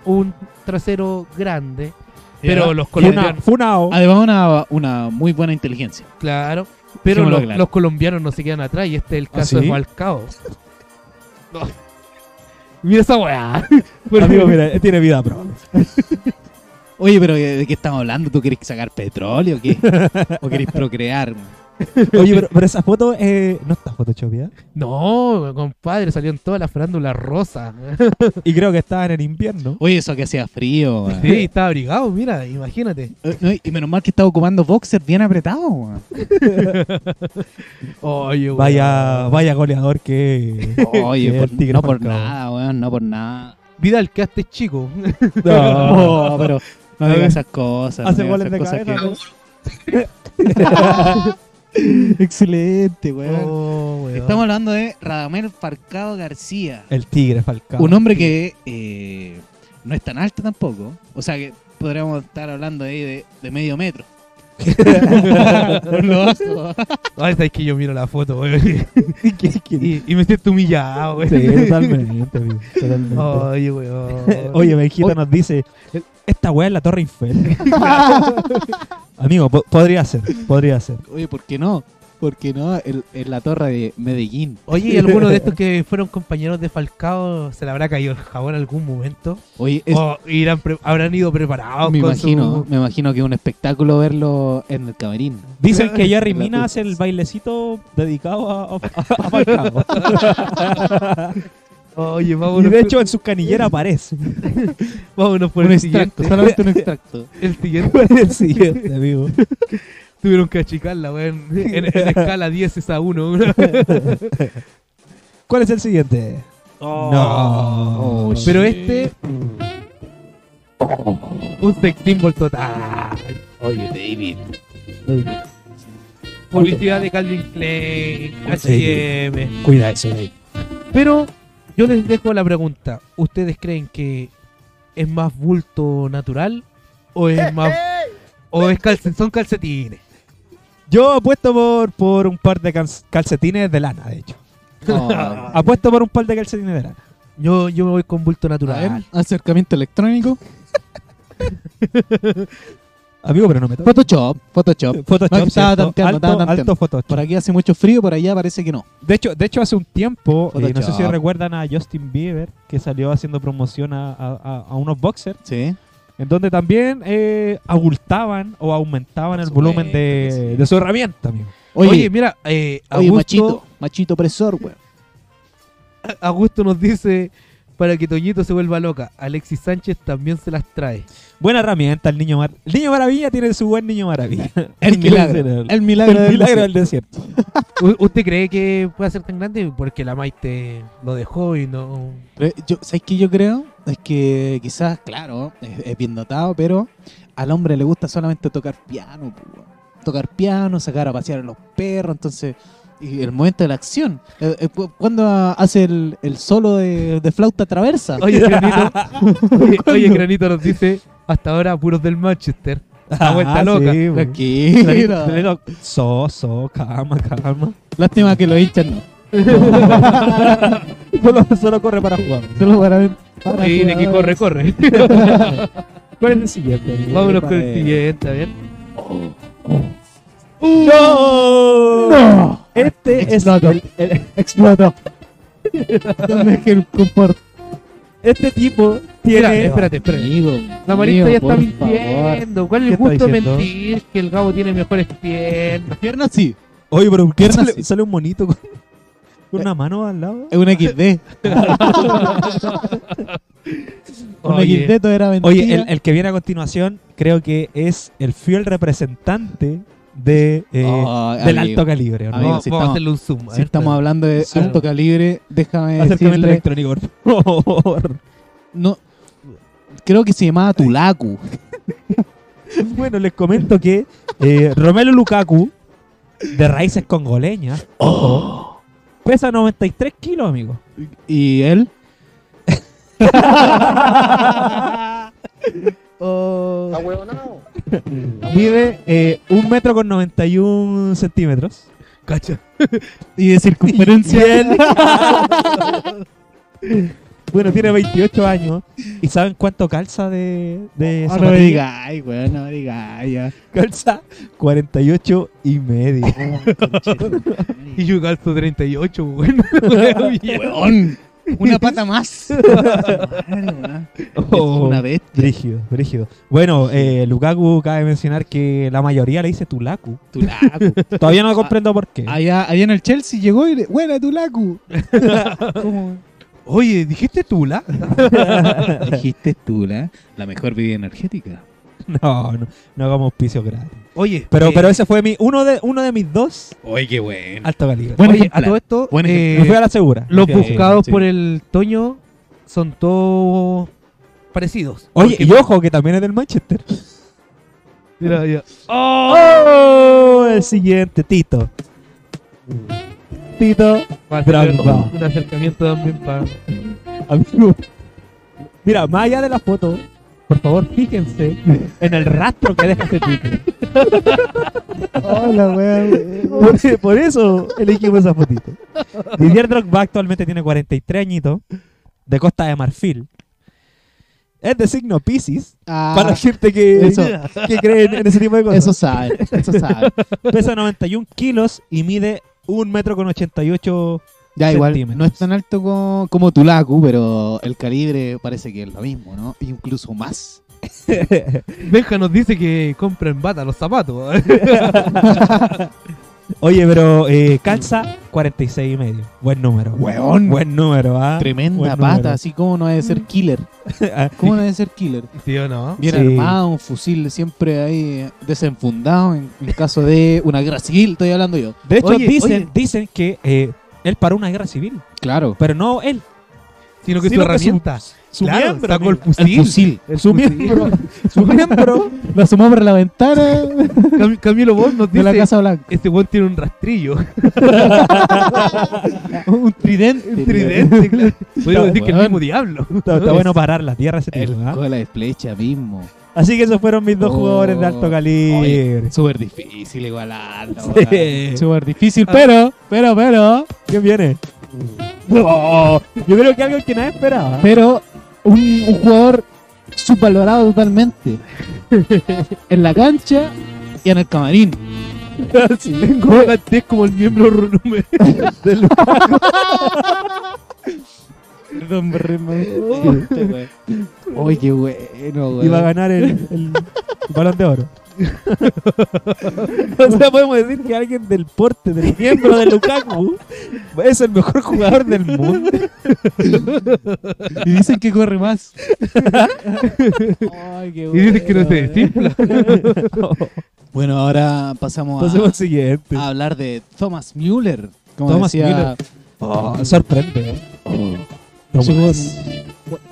S1: un trasero grande, pero los
S2: Funa-
S1: colombianos,
S2: Funao.
S3: Además, una, una muy buena inteligencia.
S1: claro, pero
S3: Dejémoslo
S1: los,
S3: claro.
S1: los colombianos no se quedan atrás y este es el caso
S2: ¿Ah, ¿sí?
S1: de
S2: [laughs]
S1: Falcao. No. Mira esa weá.
S2: [laughs] Amigo, mira, eh, tiene vida pro.
S3: Oye, pero
S5: eh,
S3: ¿de de qué estamos hablando? ¿Tú querés sacar petróleo o qué? ¿O querés procrear?
S2: Oye, pero, pero esa foto eh, no está photoshopeada.
S1: No, compadre, salió en todas las farándulas rosas.
S2: Y creo que estaba en el invierno.
S3: Oye, eso que hacía frío. weón.
S1: [laughs] Sí, está abrigado, mira, imagínate.
S3: Eh, no, y menos mal que estaba ocupando boxer bien apretado. weón.
S1: Oye, weón.
S2: Vaya, vaya goleador que.
S3: [laughs] Oye,
S2: que
S3: por-
S2: el Tigre
S3: no por
S2: Falcao.
S3: nada, weón, no por nada.
S1: Vidal, quedaste chico.
S2: No.
S3: [laughs] No, pero no digas esas cosas. no
S2: [laughs] Hace
S3: digas
S2: goles de
S3: esas cosas
S2: cabeza.
S3: que-
S2: [laughs]
S3: Excelente, weón.
S1: Oh, [laughs] weón.
S3: Estamos hablando de Radamel Farcado García.
S2: El Tigre Falcao.
S3: Un hombre que eh, no es tan alto tampoco. O sea que podríamos estar hablando ahí de, de medio
S2: [laughs]
S3: metro. Por lo bajo.
S1: Ay, sabes que yo miro la foto, weón.
S2: [laughs] ¿Qué- qué-
S1: Y, y me siento humillado, güey.
S2: Sí, totalmente, amigo, totalmente.
S1: Oye, weón.
S2: [laughs] Oye, Benjita nos dice: "E, Esta weá es la Torre Eiffel. [laughs] Amigo, po- podría ser, podría ser.
S3: Oye, ¿por qué no? ¿Por qué no? El- En la torre de Medellín.
S1: Oye, ¿y alguno de estos que fueron compañeros de Falcao se le habrá caído el jabón en algún momento?
S3: Oye, es-
S1: ¿O irán pre- habrán ido preparados
S3: me
S1: con
S3: imagino,
S1: su-
S3: me imagino que es un espectáculo verlo en el camerín.
S2: Dicen que Jerry
S3: La
S2: Mina
S3: puta.
S2: hace el bailecito dedicado a, a- a Falcao.
S1: Oye,
S2: Y
S1: vámonos,
S2: de hecho en su canillera aparece.
S1: vámonos por
S3: un
S1: el
S3: extracto,
S1: siguiente.
S3: solamente un extracto.
S1: [laughs] El siguiente
S3: [laughs]
S2: el siguiente, amigo.
S1: [laughs] tuvieron que achicarla, güey. En, en la escala 10 es a 1. [laughs]
S2: ¿Cuál es el siguiente? No.
S3: Oh,
S1: Pero
S3: shit.
S1: este... Un sex symbol total.
S3: Oye, David.
S1: publicidad de Calvin Klein, H&M.
S8: Cuida eso de ahí.
S1: Pero yo les dejo la pregunta. ¿Ustedes creen que es más bulto natural o es más o es calcet- son calcetines?
S2: Yo apuesto por, por un par de cal- calcetines de lana, de hecho.
S5: Oh,
S2: Apuesto por un par de calcetines de lana.
S1: Yo yo me voy con bulto
S5: A ver,
S1: natural.
S5: acercamiento electrónico.
S2: Amigo, pero no me toques.
S5: Photoshop, Photoshop.
S2: Photoshop,
S5: No, estaba
S2: ¿cierto?
S5: tanteando,
S2: alto,
S5: estaba tanteando.
S2: alto Photoshop.
S5: Por aquí hace mucho frío, por allá parece que no.
S2: De hecho, de hecho hace un tiempo, eh, no sé si
S5: Photoshop.
S2: recuerdan a Justin Bieber, que salió haciendo promoción a, a- a- a unos boxers,
S5: Sí.
S2: en donde también eh, abultaban o aumentaban el
S3: supuesto
S2: volumen de,
S3: que sí.
S2: de su herramienta, amigo.
S5: Oye,
S1: Oye, mira, eh,
S5: oye,
S1: Augusto,
S5: machito, machito opresor, weón.
S1: Augusto nos dice para que Toñito se vuelva loca, Alexis Sánchez también se las trae.
S2: Buena herramienta el niño maravilla. El niño maravilla tiene su buen niño [laughs] maravilla.
S5: El milagro.
S2: El,
S5: El milagro del
S2: milagro
S5: desierto.
S2: del desierto.
S1: ¿U- ¿Usted cree que puede ser tan grande? Porque la Maite lo dejó y no.
S5: Pero, eh, yo, ¿Sabes qué yo creo? Es que quizás, claro, es, es bien dotado, pero al hombre le gusta solamente tocar piano. po, weón. Tocar piano, sacar a pasear a los perros, entonces... Y el momento de la acción. Eh, eh, cu- ¿Cuándo ah, hace el, el solo de, de flauta traversa?
S1: Oye, Granito, oye, oye, Granito nos dice hasta ahora puros del Manchester. La vuelta loca.
S2: Ah, sí, güey.
S5: Tranquilo.
S2: Tranquilo. So, so, calma, calma.
S5: Lástima que los hinchas no.
S2: Solo, solo corre para jugar.
S5: Solo para, para
S1: Sí, de que
S5: jugadores.
S1: corre, corre. [laughs]
S8: ¿Cuál es el siguiente? amigo?
S1: Vámonos con el siguiente, a ver.
S2: ¡No!
S5: ¡No!
S2: Este es
S5: Explotó.
S2: el- el-
S5: Explotó. No me dejes comport-
S2: este tipo
S1: Mira,
S2: tiene
S1: espérate, espérate.
S8: Amigo.
S1: La Marita
S8: amigo,
S1: ya está
S8: por
S1: mintiendo. ¿Cuál es el
S2: ¿Qué está
S1: gusto de
S2: diciendo?
S1: mentir? Que el Gabo tiene mejores piernas.
S5: Piernas sí.
S2: Oye, pero ¿qué Eh, [laughs]
S5: Piernas
S2: sale,
S5: sí.
S2: sale un monito con, con una mano al lado?
S5: Es un XD. Un
S1: Oye,
S5: XD todo era mentira.
S2: Oye, el, el que viene a continuación creo que es el fiel representante de, eh,
S5: Oh,
S2: del
S5: amigo.
S2: alto calibre. ¿no?
S5: Amigo,
S1: vamos,
S5: si
S1: vamos a
S5: estamos-
S1: hacerle un zoom. a
S5: Si
S1: ver,
S5: estamos hablando de
S2: Sí.
S5: alto calibre, déjame
S2: Acercamiento
S5: decirle...
S2: electrónico, por favor. [laughs]
S5: No, creo que se llamaba Tulaku.
S2: bueno, les comento que eh, Romelu Lukaku, de raíces congoleñas, ojo, pesa 93 kilos, amigo.
S5: ¿Y [laughs] él?
S2: Mide eh, un metro con 91 centímetros.
S1: Cacha.
S5: ¿Y de circunferencia?
S2: [laughs] Bueno, tiene 28 años. ¿Y saben cuánto calza de, de
S5: No, no me
S2: zapatilla?
S5: digáis, weón, no me digáis. ya.
S2: Calza 48 y medio. [laughs]
S5: Oh,
S1: Y yo calzo 38, bueno.
S5: Weón, [laughs] una pata más. Madre, weón.
S2: Oh,
S5: Una bestia.
S2: Brígido, brígido. Bueno, eh, Lukaku, cabe mencionar que la mayoría le dice Tulaku.
S5: Tulaku.
S2: Todavía
S5: Ah,
S2: no comprendo por qué.
S5: Allá, allá en el Chelsea llegó y le... ¡Buena, Tulaku! ¿Cómo?
S1: Oye, ¿dijiste
S5: [laughs]
S1: Tula?
S5: Dijiste Tula, la mejor bebida energética.
S2: [laughs] No, no, no hagamos piso gratis.
S1: Oye,
S2: Pero,
S1: eh,
S2: pero ese fue mi uno de uno de mis dos
S5: Oye, qué bueno.
S2: alto calibre.
S5: Buen
S1: oye, a
S5: ejemplar.
S1: todo esto,
S5: Buen
S1: eh,
S2: Me fui a la segura.
S1: los
S2: Me fui a la segura.
S1: buscados
S5: sí.
S1: por el Toño son todos parecidos.
S2: Oye, y ojo que también es del Manchester.
S1: Mira, ya.
S2: ¡Oh! El siguiente, Tito. Tito,
S1: Va a ser
S2: Bravo.
S1: un acercamiento también para.
S2: amigo. Mira, más allá de la foto, por favor, fíjense en el rastro que deja este Tito.
S5: Hola, weón.
S2: Por, por eso elegimos esa fotito. Didier Drogba actualmente tiene 43 añitos, de Costa de Marfil. Es de signo Pisces, para gente que,
S5: eso.
S2: que cree en, en ese tipo de cosas.
S5: Ah, Eso sabe, eso sabe.
S2: Pesa 91 kilos y mide 1 metro con 88.
S5: Ya igual,
S2: Centímetros.
S5: no es tan alto como, como Tulaku, pero el calibre parece que es lo mismo, ¿no? Incluso más.
S1: Benja nos dice que compra en bata los zapatos. [laughs]
S2: Oye, pero eh, calza 46 y medio. Buen número.
S5: Weón.
S2: Buen número, ¿ah?
S5: Tremenda
S2: Buen
S5: pata,
S2: número.
S5: así como no debe ser killer. ¿Cómo no debe ser killer?
S1: ¿Sí o no?
S5: Bien
S2: Sí.
S5: armado, un fusil siempre ahí desenfundado en, en caso de una guerra civil, estoy hablando yo.
S2: De hecho,
S1: Oye,
S2: dicen,
S1: oye.
S2: dicen que eh, él paró una guerra civil,
S5: Claro.
S2: pero no él,
S1: Sino que
S2: Sino
S1: su
S2: que su-
S1: herramienta.
S2: su,
S9: Su
S1: Claro,
S9: miembro.
S1: sacó el
S9: amigo.
S1: fusil.
S3: fusil.
S1: El
S8: Su
S1: fusil.
S8: miembro,
S2: [laughs]
S8: su miembro
S5: Lo asomó por la [laughs] ventana
S1: Cam- Camilo Bond nos
S5: de la
S1: dice,
S5: Casa Blanca.
S1: este buen tiene un rastrillo. un tridente. Un tridente, claro. Podríamos decir que el
S5: bueno.
S1: mismo diablo.
S9: Está- está
S2: Está
S9: bueno.
S2: bueno parar la tierra ese tipo, ¿ah?
S5: la desplecha mismo.
S9: Así que esos fueron mis dos
S5: Oh.
S9: jugadores de alto calibre.
S5: Súper difícil igualarlo.
S9: Sí.
S5: Súper difícil, pero, pero, pero,
S9: ¿Quién viene? Oh, yo creo que algo que nadie esperaba.
S5: pero un, un jugador subvalorado totalmente. en la cancha y en el camarín.
S1: Como Dante es como el miembro
S5: [laughs]
S1: número-
S9: Perdón, Berrimán.
S5: Uy, qué bueno, güey.
S9: Iba a ganar el, el balón de oro. [laughs] o sea, podemos decir que alguien del porte, del miembro de Lukaku, es el mejor jugador del mundo.
S5: Y dicen que corre más. Ay, qué
S1: Y dices que no se desinfla.
S5: Bueno, ahora pasamos a,
S9: Pasemos al siguiente.
S5: a hablar de Thomas Müller. Como
S2: Thomas
S5: decía,
S2: Müller. Oh, sorprende, ¿eh?
S5: chicos,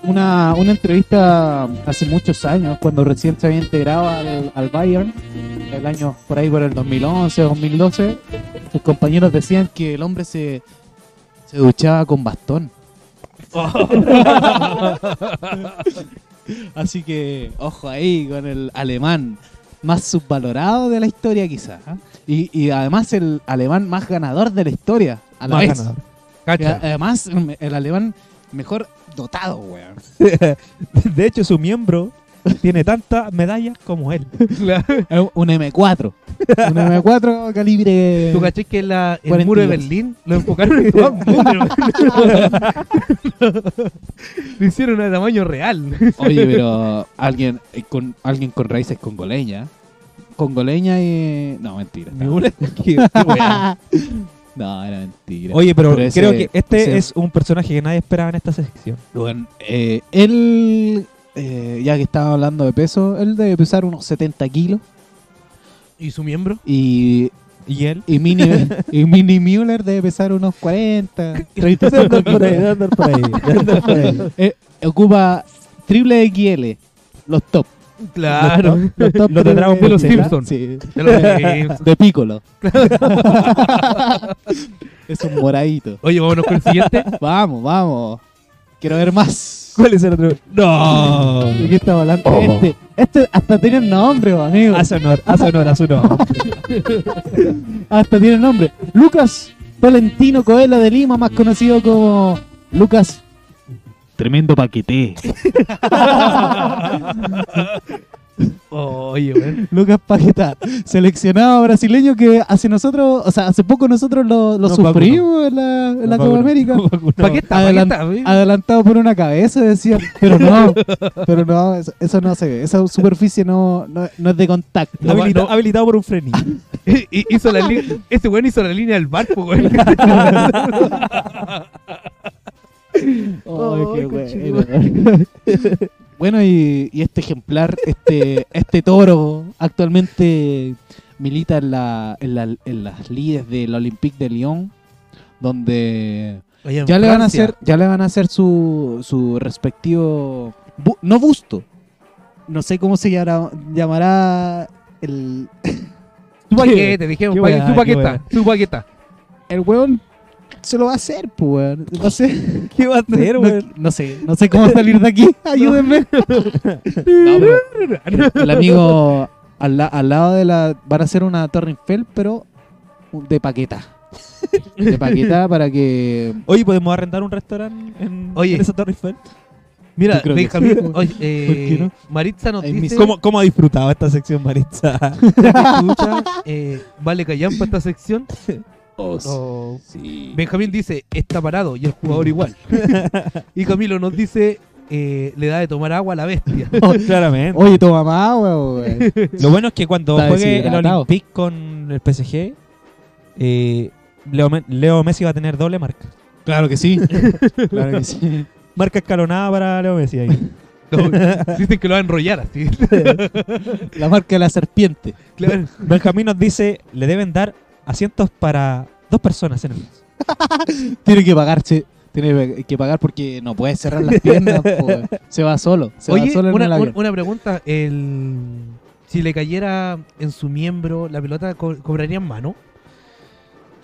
S5: una, una entrevista hace muchos años, cuando recién se había integrado al, al Bayern, el año por ahí por el 2011, 2012, sus compañeros decían que el hombre se, se duchaba con bastón.
S9: [laughs]
S5: Así que, ojo ahí con el alemán más subvalorado de la historia quizás. ¿ah? Y, y además el alemán más ganador de la historia. A la
S9: Más
S5: vez.
S9: ganador.
S5: Y
S1: Cacha.
S5: a- además, el- el alemán mejor dotado, weón.
S9: De hecho, su miembro tiene tantas medallas como él.
S5: [laughs] Eh, Un M4. Un M4 calibre.
S1: ¿Tú caché que la, el
S5: 42.
S1: muro de Berlín lo enfocaron en Juan Bundelman? [laughs] Lo hicieron a tamaño real.
S5: Oye, pero alguien eh, con alguien con raíces congoleñas. Congoleña y. No, mentira. No, [laughs] No, era mentira.
S2: Oye, pero,
S5: Pero ese-
S2: creo que este
S5: ese-
S2: es un personaje que nadie esperaba en esta sección.
S5: Weón, eh, él. eh, ya que estaba hablando de peso, él debe pesar unos 70 kilos.
S1: ¿Y su miembro?
S5: Y.
S2: Y él.
S5: Y Mini, y Mini Müller debe pesar unos 40, 35
S9: Por
S2: [laughs]
S9: ahí,
S5: kilos.
S9: andar por ahí, andar por ahí.
S5: Eh, ocupa triple XL, los top.
S1: Claro.
S5: Los top
S9: Los de
S5: tres
S9: Dragon Ball
S1: Z. Simpson.
S5: Sí,
S1: Ya lo sé.
S5: de Piccolo. es un moradito.
S1: Oye, vámonos con el [laughs] siguiente.
S5: Vamos, vamos. Quiero ver más.
S9: ¿Cuál es el otro? ¡No!
S5: ¿De qué estaba hablando? Este, este hasta tiene nombre, amigo.
S9: Haz honor, haz honor, haz honor.
S5: Hasta tiene nombre. Lucas Valentino Coelho de Lima, más conocido como Lucas.
S3: Tremendo paquete.
S1: Oye, weón.
S5: [laughs] Lucas Paquetá, seleccionado brasileño que hace nosotros, o sea, hace poco nosotros lo, lo
S9: Nos
S5: sufrimos en la, en la Copa América.
S1: ¿Para qué está? ¿Para qué
S5: Adelan-
S1: está? [laughs] weón?
S5: adelantado por una cabeza, decía. Pero no, pero no, eso, eso no se ve. Esa superficie no, no, no es de contacto.
S9: Habilita-
S1: no.
S9: Habilitado por un frenillo.
S1: Y- y- hizo la li- este weón hizo la línea del barco, [laughs] weón.
S5: Oh, qué bueno. [laughs] Bueno, y, y este ejemplar, este, este toro, actualmente milita en, la, en, la- en las lides del Olympique de Lyon, donde ya le van a hacer, ya le van a hacer su, su respectivo bu- no busto. No sé cómo se llamará, llamará el,
S1: Tu paquete, dijimos.
S9: Qué
S1: paquete,
S9: weá,
S1: Tu
S9: qué
S1: paqueta,
S9: weá.
S1: tu paqueta.
S5: el hueón se lo va a hacer, pues. weón. No sé, [laughs]
S9: ¿Qué va a hacer,
S5: no,
S9: güey?
S5: no sé, no sé cómo salir de aquí. [laughs] Ayúdenme. No, pero el- el amigo al, la- al lado de la van a hacer una Torre Eiffel, pero de paqueta. De [laughs] paqueta para que
S9: Oye, ¿podemos arrendar un restaurante en,
S1: Oye.
S9: en esa Torre Eiffel?
S1: Mira,
S5: Yo creo que
S1: Benjamín,
S5: sí.
S1: oye, eh,
S5: ¿Por qué no?
S1: Maritza nos
S5: Ahí
S1: dice
S9: ¿Cómo, ¿Cómo ha disfrutado esta sección,
S2: [laughs]
S9: Maritza?
S1: [laughs] que escucha, eh, vale callan
S5: [laughs]
S1: para esta sección. Oh, Benjamín dice, está parado y el jugador
S5: [laughs]
S1: igual. y Camilo nos dice, eh, le da de tomar agua a la
S5: [laughs]
S1: bestia.
S9: Claramente.
S5: Oye, tu mamá, weón.
S2: Oh, Lo bueno es que cuando
S5: Está
S2: juegue el
S5: deshidratado.
S2: Olympique con el PSG, eh, Leo, Me- Leo Messi va a tener doble marca.
S5: [laughs] Claro que sí. Claro que sí.
S9: Marca escalonada para Leo Messi ahí.
S5: [laughs]
S1: Dicen que lo va a enrollar así.
S5: La marca de la serpiente.
S1: Claro.
S2: Benjamín nos dice, le deben dar asientos para dos personas en el bus.
S5: Tiene que pagarse Tiene que pagar porque no puede cerrar las piernas. po, weón. Se va solo. Se va
S1: Oye,
S5: solo en
S1: una,
S5: el avión.
S1: un- una pregunta. El, si le cayera en su miembro la pelota, co- ¿cobrarían mano?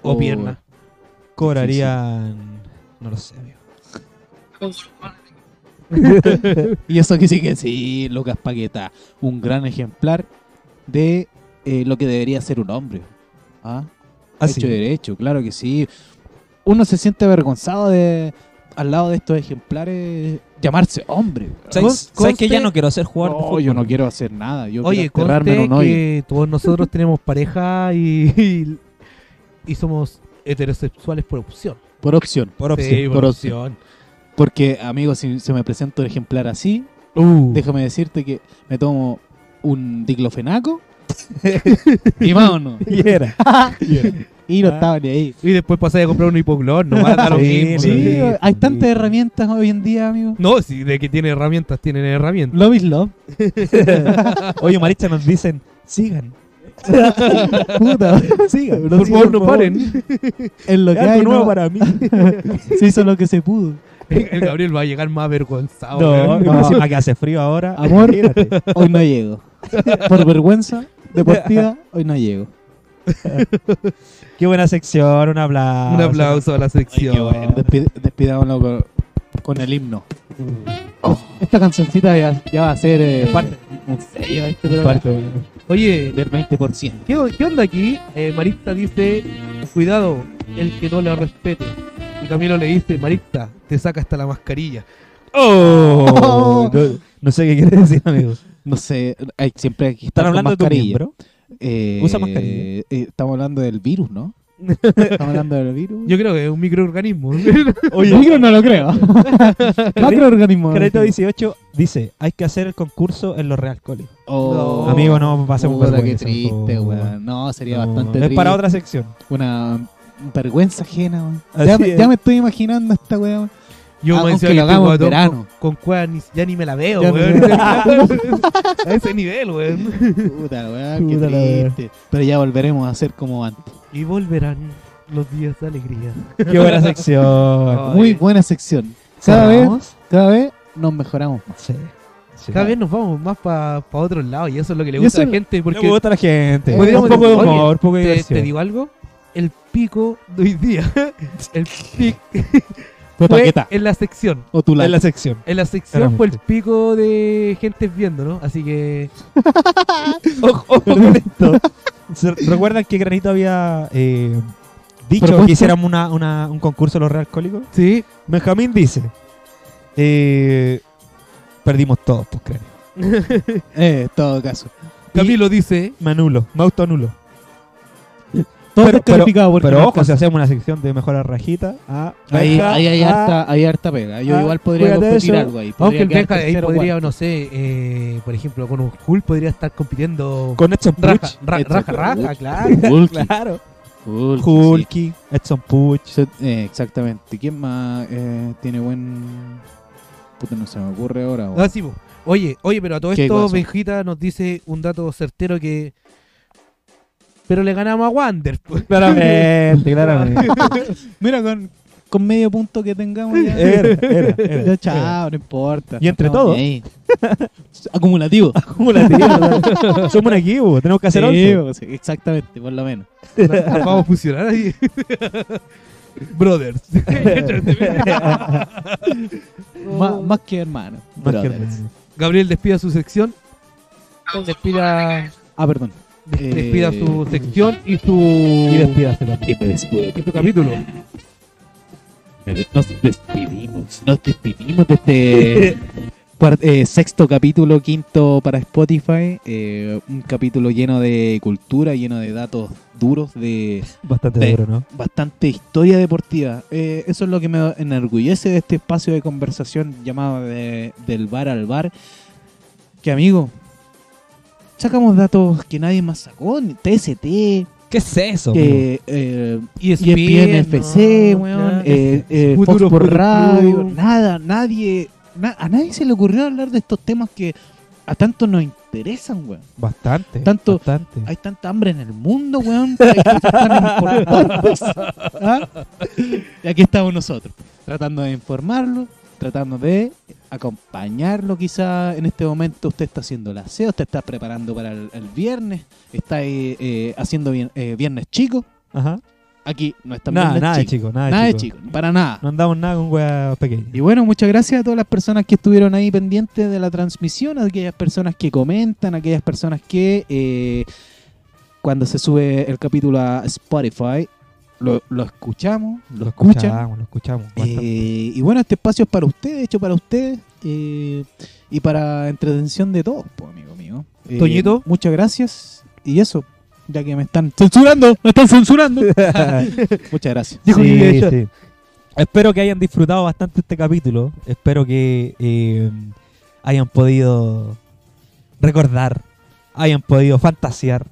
S1: ¿O
S5: Oh.
S1: pierna?
S2: Cobrarían. No lo sé, amigo.
S5: Y eso que sí que sí, Lucas Paqueta. Un gran ejemplar de eh, lo que debería ser un hombre. ¿Ah?
S2: Así.
S5: Hecho y derecho, claro que sí. Uno se siente avergonzado de al lado de estos ejemplares llamarse hombre.
S2: ¿Sabes,
S1: Con-
S2: sabes que ya
S1: conste-
S2: no quiero ser jugador de
S5: No,
S2: fútbol?
S5: yo no quiero hacer nada. Yo
S1: Oye,
S5: quiero enterrarme en
S1: conste
S5: un hoyo.
S1: que todos
S5: [laughs]
S1: nosotros tenemos pareja y, y, y somos heterosexuales por opción.
S5: Por opción.
S2: Por opción.
S1: Sí,
S5: por Porque, amigo, si se me presenta un ejemplar así,
S1: Uh.
S5: déjame decirte que me tomo un diclofenaco y vámonos.
S9: Y era.
S5: Y no estaba ni ahí.
S1: [laughs] Y después pasáis a comprar un hipoglón, no va a dar lo
S2: Sí,
S1: mismo.
S5: Sí,
S1: sí.
S5: hay tantas herramientas hoy en día, amigo.
S1: No, si de que tiene herramientas, tienen herramientas.
S5: Love is love.
S2: Oye, Maricha, nos dicen, sigan.
S5: [laughs] [laughs] Puta,
S2: Sigan.
S5: Por
S2: sigan,
S5: favor, no [laughs]
S2: paren.
S5: es lo que hay.
S2: Algo nuevo
S5: ¿no? [laughs]
S2: para mí.
S5: Se hizo lo que se pudo.
S1: El Gabriel va a llegar más avergonzado.
S2: No,
S1: weón.
S2: no. encima que hace frío ahora.
S5: Amor.
S2: Imagínate.
S5: Hoy no llego. Por vergüenza deportiva, hoy no llego.
S2: Qué buena sección, un aplauso.
S1: Un aplauso a la sección.
S5: Despi- despidámonos con, con el himno. Oh. Esta cancioncita ya, ya va a ser eh, un sello de este programa.
S1: Oye,
S5: del 20%.
S1: ¿Qué, qué onda aquí? Eh, Marista dice, cuidado, el que no la respete. Y Camilo le dice, Marista, te saca hasta la mascarilla. [laughs]
S2: Oh, no, no sé qué quiere decir, amigo.
S5: No sé, hay, siempre hay que estar
S2: ¿Están hablando de
S5: con
S2: tu
S5: mascarilla.
S2: miembro?
S5: Eh,
S2: Usa mascarilla.
S5: eh, estamos hablando del
S2: [laughs]
S5: virus, ¿no? estamos hablando del virus.
S1: Yo creo que es un microorganismo.
S5: Oye, micro no lo [laughs] creo. Macroorganismo.
S2: Crédito 18 dice, hay que hacer el concurso en los Real College.
S5: Oh,
S1: No.
S2: Amigo, no pasemos
S5: puta, qué
S2: vergüenza.
S5: triste,
S2: por favor.
S5: weón. No, sería
S2: No,
S5: bastante
S2: Es
S5: triste.
S2: para otra sección.
S5: Una vergüenza ajena, weón.
S2: Así
S5: Ya, me-
S2: es.
S5: ya me estoy imaginando esta weá, weón.
S2: ah,
S1: Yo me
S5: Aunque
S1: decía
S5: lo
S1: que
S5: hagamos en
S1: tengo a
S5: verano.
S1: Tom con cueva ni- ya ni me la veo,
S5: Ya no
S1: weón. [laughs]
S5: me
S1: a ese nivel, weón.
S5: Puta, weón, qué
S2: Puta la weá.
S5: triste. Pero ya volveremos a hacer como antes.
S1: Y volverán los días de alegría.
S2: Qué buena sección.
S1: Ay.
S5: Muy buena sección. Cada vez,
S2: ¿Cerramos?
S5: cada vez nos mejoramos.
S2: Sí. sí.
S1: Cada vez nos vamos más para otros lados y eso es lo que le
S5: Y
S1: gusta a
S5: eso
S1: la gente.
S2: Le
S1: Porque
S2: gusta a la gente.
S1: Podríamos
S2: Un poco de
S1: decir, oye,
S2: humor, un poco de
S1: te, te
S2: diversión.
S1: digo algo, el pico de hoy día, [laughs] el pico
S5: Fue
S1: fue
S5: Paqueta
S1: en la sección.
S5: o tu
S2: en la
S5: [laughs]
S2: sección.
S1: En la sección
S2: Claramente.
S1: fue el pico de gente viendo, ¿no? Así que.
S2: [laughs] ¿Se- ¿Recuerdan que Granito había eh, dicho
S5: Propuesto.
S2: que hiciéramos una- una- un concurso de los Real Cólicos?
S1: Sí.
S2: Benjamín dice: eh, Perdimos todos, pues creo.
S5: Eh, en todo caso.
S1: Camilo dice.
S2: Me anulo, me autoanulo.
S5: Todo
S2: Pero-
S5: descalificado porque
S2: Pero
S5: no
S2: ojo, si
S5: alcanza.
S2: hacemos una sección de mejorar rajita, ah,
S5: Ahí,
S2: Benja,
S5: ahí hay,
S2: ah,
S5: harta, hay harta pega. Yo
S2: ah,
S5: igual podría
S2: cuídate de
S5: competir
S2: eso.
S5: algo ahí.
S1: Aunque
S5: Podría
S1: el
S5: quedar
S1: Benja ahí
S5: tercero,
S1: podría,
S5: cuarto.
S1: no sé, eh, por ejemplo, con un cool podría estar compitiendo.
S2: Con Edson
S1: raja,
S2: Puch.
S1: ra-
S5: Edson
S1: raja, raja,
S5: Puch.
S1: claro.
S5: Hulky.
S2: Claro.
S5: Hulky, sí.
S2: Hulky, Edson Puch.
S5: Se- eh, exactamente. ¿Quién más eh, tiene buen. Puta, no se me ocurre ahora.
S1: Ah, sí, po. Oye, oye, pero a todo
S5: Qué
S1: esto,
S5: guaso.
S1: Benjita nos dice un dato certero que. Pero le ganamos a Wander.
S2: [laughs]
S1: po.
S2: Claramente, claramente.
S5: Mira, con, con medio punto que tengamos [laughs] ya.
S2: Era, era, era.
S5: [laughs] Ya, chao, no importa.
S2: Y entre
S5: Estamos
S2: todos.
S5: ahí. [laughs] Acumulativo.
S2: ¿Cómo la tiraron? Somos un equipo, tenemos que hacer
S5: Sí,
S2: once.
S5: o sea, exactamente, por lo menos.
S1: Nos Vamos a fusionar ahí. [laughs]
S2: [laughs]
S1: Brothers.
S5: Má- más que hermano.
S2: Más que
S5: brothers.
S2: nada.
S1: Gabriel despida su sección. Despida,
S5: Ah, perdón.
S1: des-
S5: Eh,
S1: despida su sección y su,
S2: Y despídase también.
S1: y su capítulo.
S5: Eh, Nos despedimos. Nos despedimos de este cuar- eh, sexto capítulo, quinto para Spotify. Eh, un capítulo lleno de cultura, lleno de datos duros, de
S2: Bastante
S5: Sí.
S2: duro, ¿no?
S5: bastante historia deportiva. Eh, eso es lo que me enorgullece de este espacio de conversación llamado de- del bar al bar. Que amigo, sacamos datos que nadie más sacó, ni TST,
S2: ¿Qué es eso?
S5: que eh,
S1: Y
S5: ESPN FC, weón, eh, eh, Fox
S1: Futuro
S5: por
S1: Fútbol
S5: Radio,
S1: Club.
S5: nada, nadie, na- a nadie se le ocurrió hablar de estos temas que a tanto nos interesan, weón.
S2: Bastante.
S5: Tanto-
S2: Bastante.
S5: Hay tanta hambre en el mundo,
S2: [laughs]
S5: weón. que hay cosas tan importantes, ¿ah? Y aquí estamos nosotros. tratando de informarlo, tratando de acompañarlo quizá en este momento. Usted está haciendo el aseo, usted está preparando para el, el viernes, está eh, eh, haciendo bien- eh, viernes chico.
S2: Ajá.
S5: Aquí no está
S2: Nada,
S5: viernes
S2: nada de
S5: chico.
S2: chico, nada de
S5: Nada de
S2: chico.
S5: chico, para nada.
S2: No andamos nada con weas pequeñas.
S5: Y bueno, muchas gracias a todas las personas que estuvieron ahí pendientes de la transmisión, a aquellas personas que comentan, a aquellas personas que eh, cuando se sube el capítulo a Spotify lo, lo escuchamos, lo, escuchan.
S2: Lo escuchamos. bastante.
S5: Eh, y bueno, este espacio es para ustedes, hecho para ustedes eh, y para entretención de todos, pues, amigo mío. Eh,
S1: Toñito.
S5: Muchas gracias. Y eso, ya que me están [laughs] censurando, me están censurando. muchas gracias.
S1: Dijo
S2: Sí,
S1: Miguel Ochoa.
S2: sí. Espero que hayan disfrutado bastante este capítulo. Espero que eh, hayan podido recordar, hayan podido fantasear,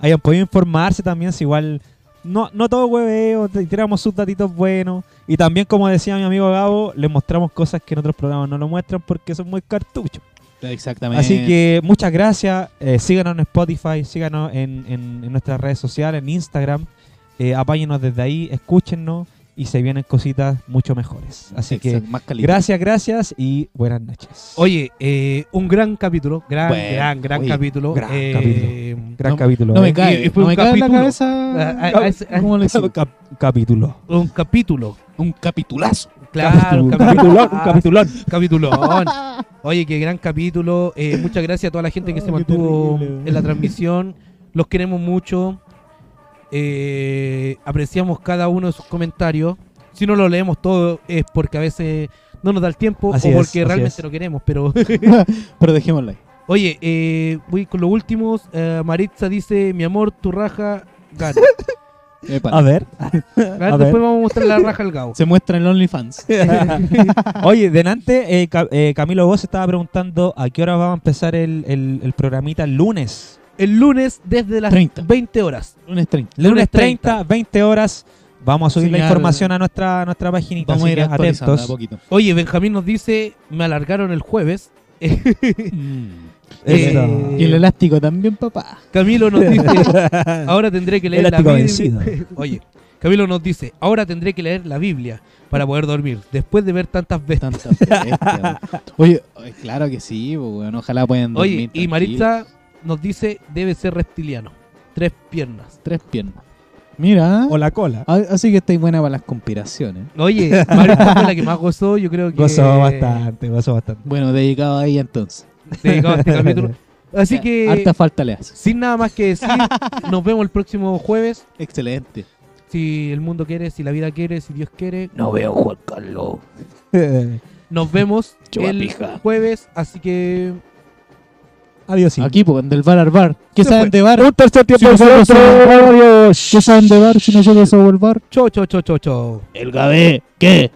S2: hayan podido informarse también si igual no, no todo hueveo, te- tiramos sus datitos buenos. Y también, como decía mi amigo Gabo, les mostramos cosas que en otros programas no lo muestran porque son muy cartuchos.
S5: Exactamente.
S2: Así que muchas gracias. Eh, síganos en Spotify, síganos en, en- en nuestras redes sociales, en Instagram. Eh, apáñenos desde ahí, escúchennos y se vienen cositas mucho mejores. Así que
S5: Exacto, más calidad.
S2: gracias, gracias y buenas noches.
S1: Oye, eh, un gran capítulo, gran,
S5: Bueno,
S1: gran, gran
S5: oye,
S1: capítulo.
S2: gran
S1: eh,
S2: capítulo. Gran
S1: no-
S2: capítulo.
S5: No
S2: ¿eh?
S5: me cae,
S1: y fue
S5: no
S1: un
S5: me cae en la
S1: capítulo.
S5: cabeza.
S1: Ah, ah, es- ah,
S5: ¿Cómo le decimos?
S2: Cap- capítulo.
S1: Un capítulo.
S5: Un capitulazo.
S1: Claro, un
S2: Capitulón, un capitulón. [laughs]
S1: capitulón. Oye, qué gran capítulo. Eh, muchas gracias a toda la gente
S2: Ah,
S1: que se mantuvo en
S2: eh.
S1: la transmisión. Los queremos mucho. Eh, apreciamos cada uno de sus comentarios. Si no lo leemos todo es porque a veces no nos da el tiempo
S2: Así
S1: o
S2: es,
S1: porque
S2: así
S1: realmente
S2: es.
S1: lo queremos. Pero [laughs]
S5: Pero dejémoslo ahí.
S1: oye, eh, voy con los últimos. Eh, Maritza dice: Mi amor, tu raja
S2: [laughs]
S1: gana.
S5: Epa.
S2: A ver.
S1: A ver,
S2: A ver.
S1: después vamos a mostrar la raja al gao.
S5: Se muestra
S1: [laughs]
S5: en OnlyFans.
S2: Oye, delante, eh, Ca- eh, Camilo, vos estaba preguntando a qué hora va a empezar el, el- el programita el lunes.
S1: El lunes desde las
S5: 30.
S1: 20 horas.
S5: Lunes 30.
S2: Lunes 30, 20 horas. Vamos a subir la
S5: Señal.
S2: información a nuestra, nuestra paginita.
S5: Vamos a
S2: así
S5: ir
S2: que
S5: actualizando de a
S2: atentos.
S5: poquito.
S1: Oye, Benjamín nos dice: Me alargaron el jueves. [laughs] Mm.
S2: Eso.
S1: Eh,
S5: Y el elástico también, papá.
S1: Camilo nos dice,
S2: [laughs]
S1: ahora tendré que leer la
S2: Elástico
S1: Biblia.
S2: vencido.
S1: [laughs] Oye, Camilo nos dice, ahora tendré que leer la Biblia para poder dormir, después de ver tantas bestias.
S5: Tanta bestia, weón. Oye, oye, claro que sí, pues, weón. Ojalá puedan dormir.
S1: Oye, y
S5: tranquilos.
S1: Maritza nos dice, debe ser reptiliano. Tres piernas.
S5: Tres piernas. Mira.
S2: O la cola.
S5: a- Así que estáis buena para las conspiraciones.
S1: Oye, Maritza fue la que más gozó, yo creo que...
S2: Gozó bastante, gozó bastante.
S5: Bueno, dedicado a ella entonces.
S1: se dedicaba a este capítulo. Así que,
S5: Harta falta le hace.
S1: sin nada más que decir, nos vemos el próximo jueves.
S5: Excelente.
S1: Si el mundo quiere, si la vida quiere, si Dios quiere,
S6: No veo Juan Carlos.
S2: [laughs]
S1: nos vemos el
S6: Chupapija.
S1: jueves. Así que
S2: Adiós.
S5: Aquí, pues, del bar al bar. ¿Qué
S1: Se
S5: saben
S1: fue.
S5: de bar?
S9: Un tercer tiempo
S5: Si nosotros somos
S9: adiós.
S5: ¿Qué saben de bar si nosotros somos el bar?
S1: Chau, chau, chau, chau, chau.
S6: El Gabé, ¿qué?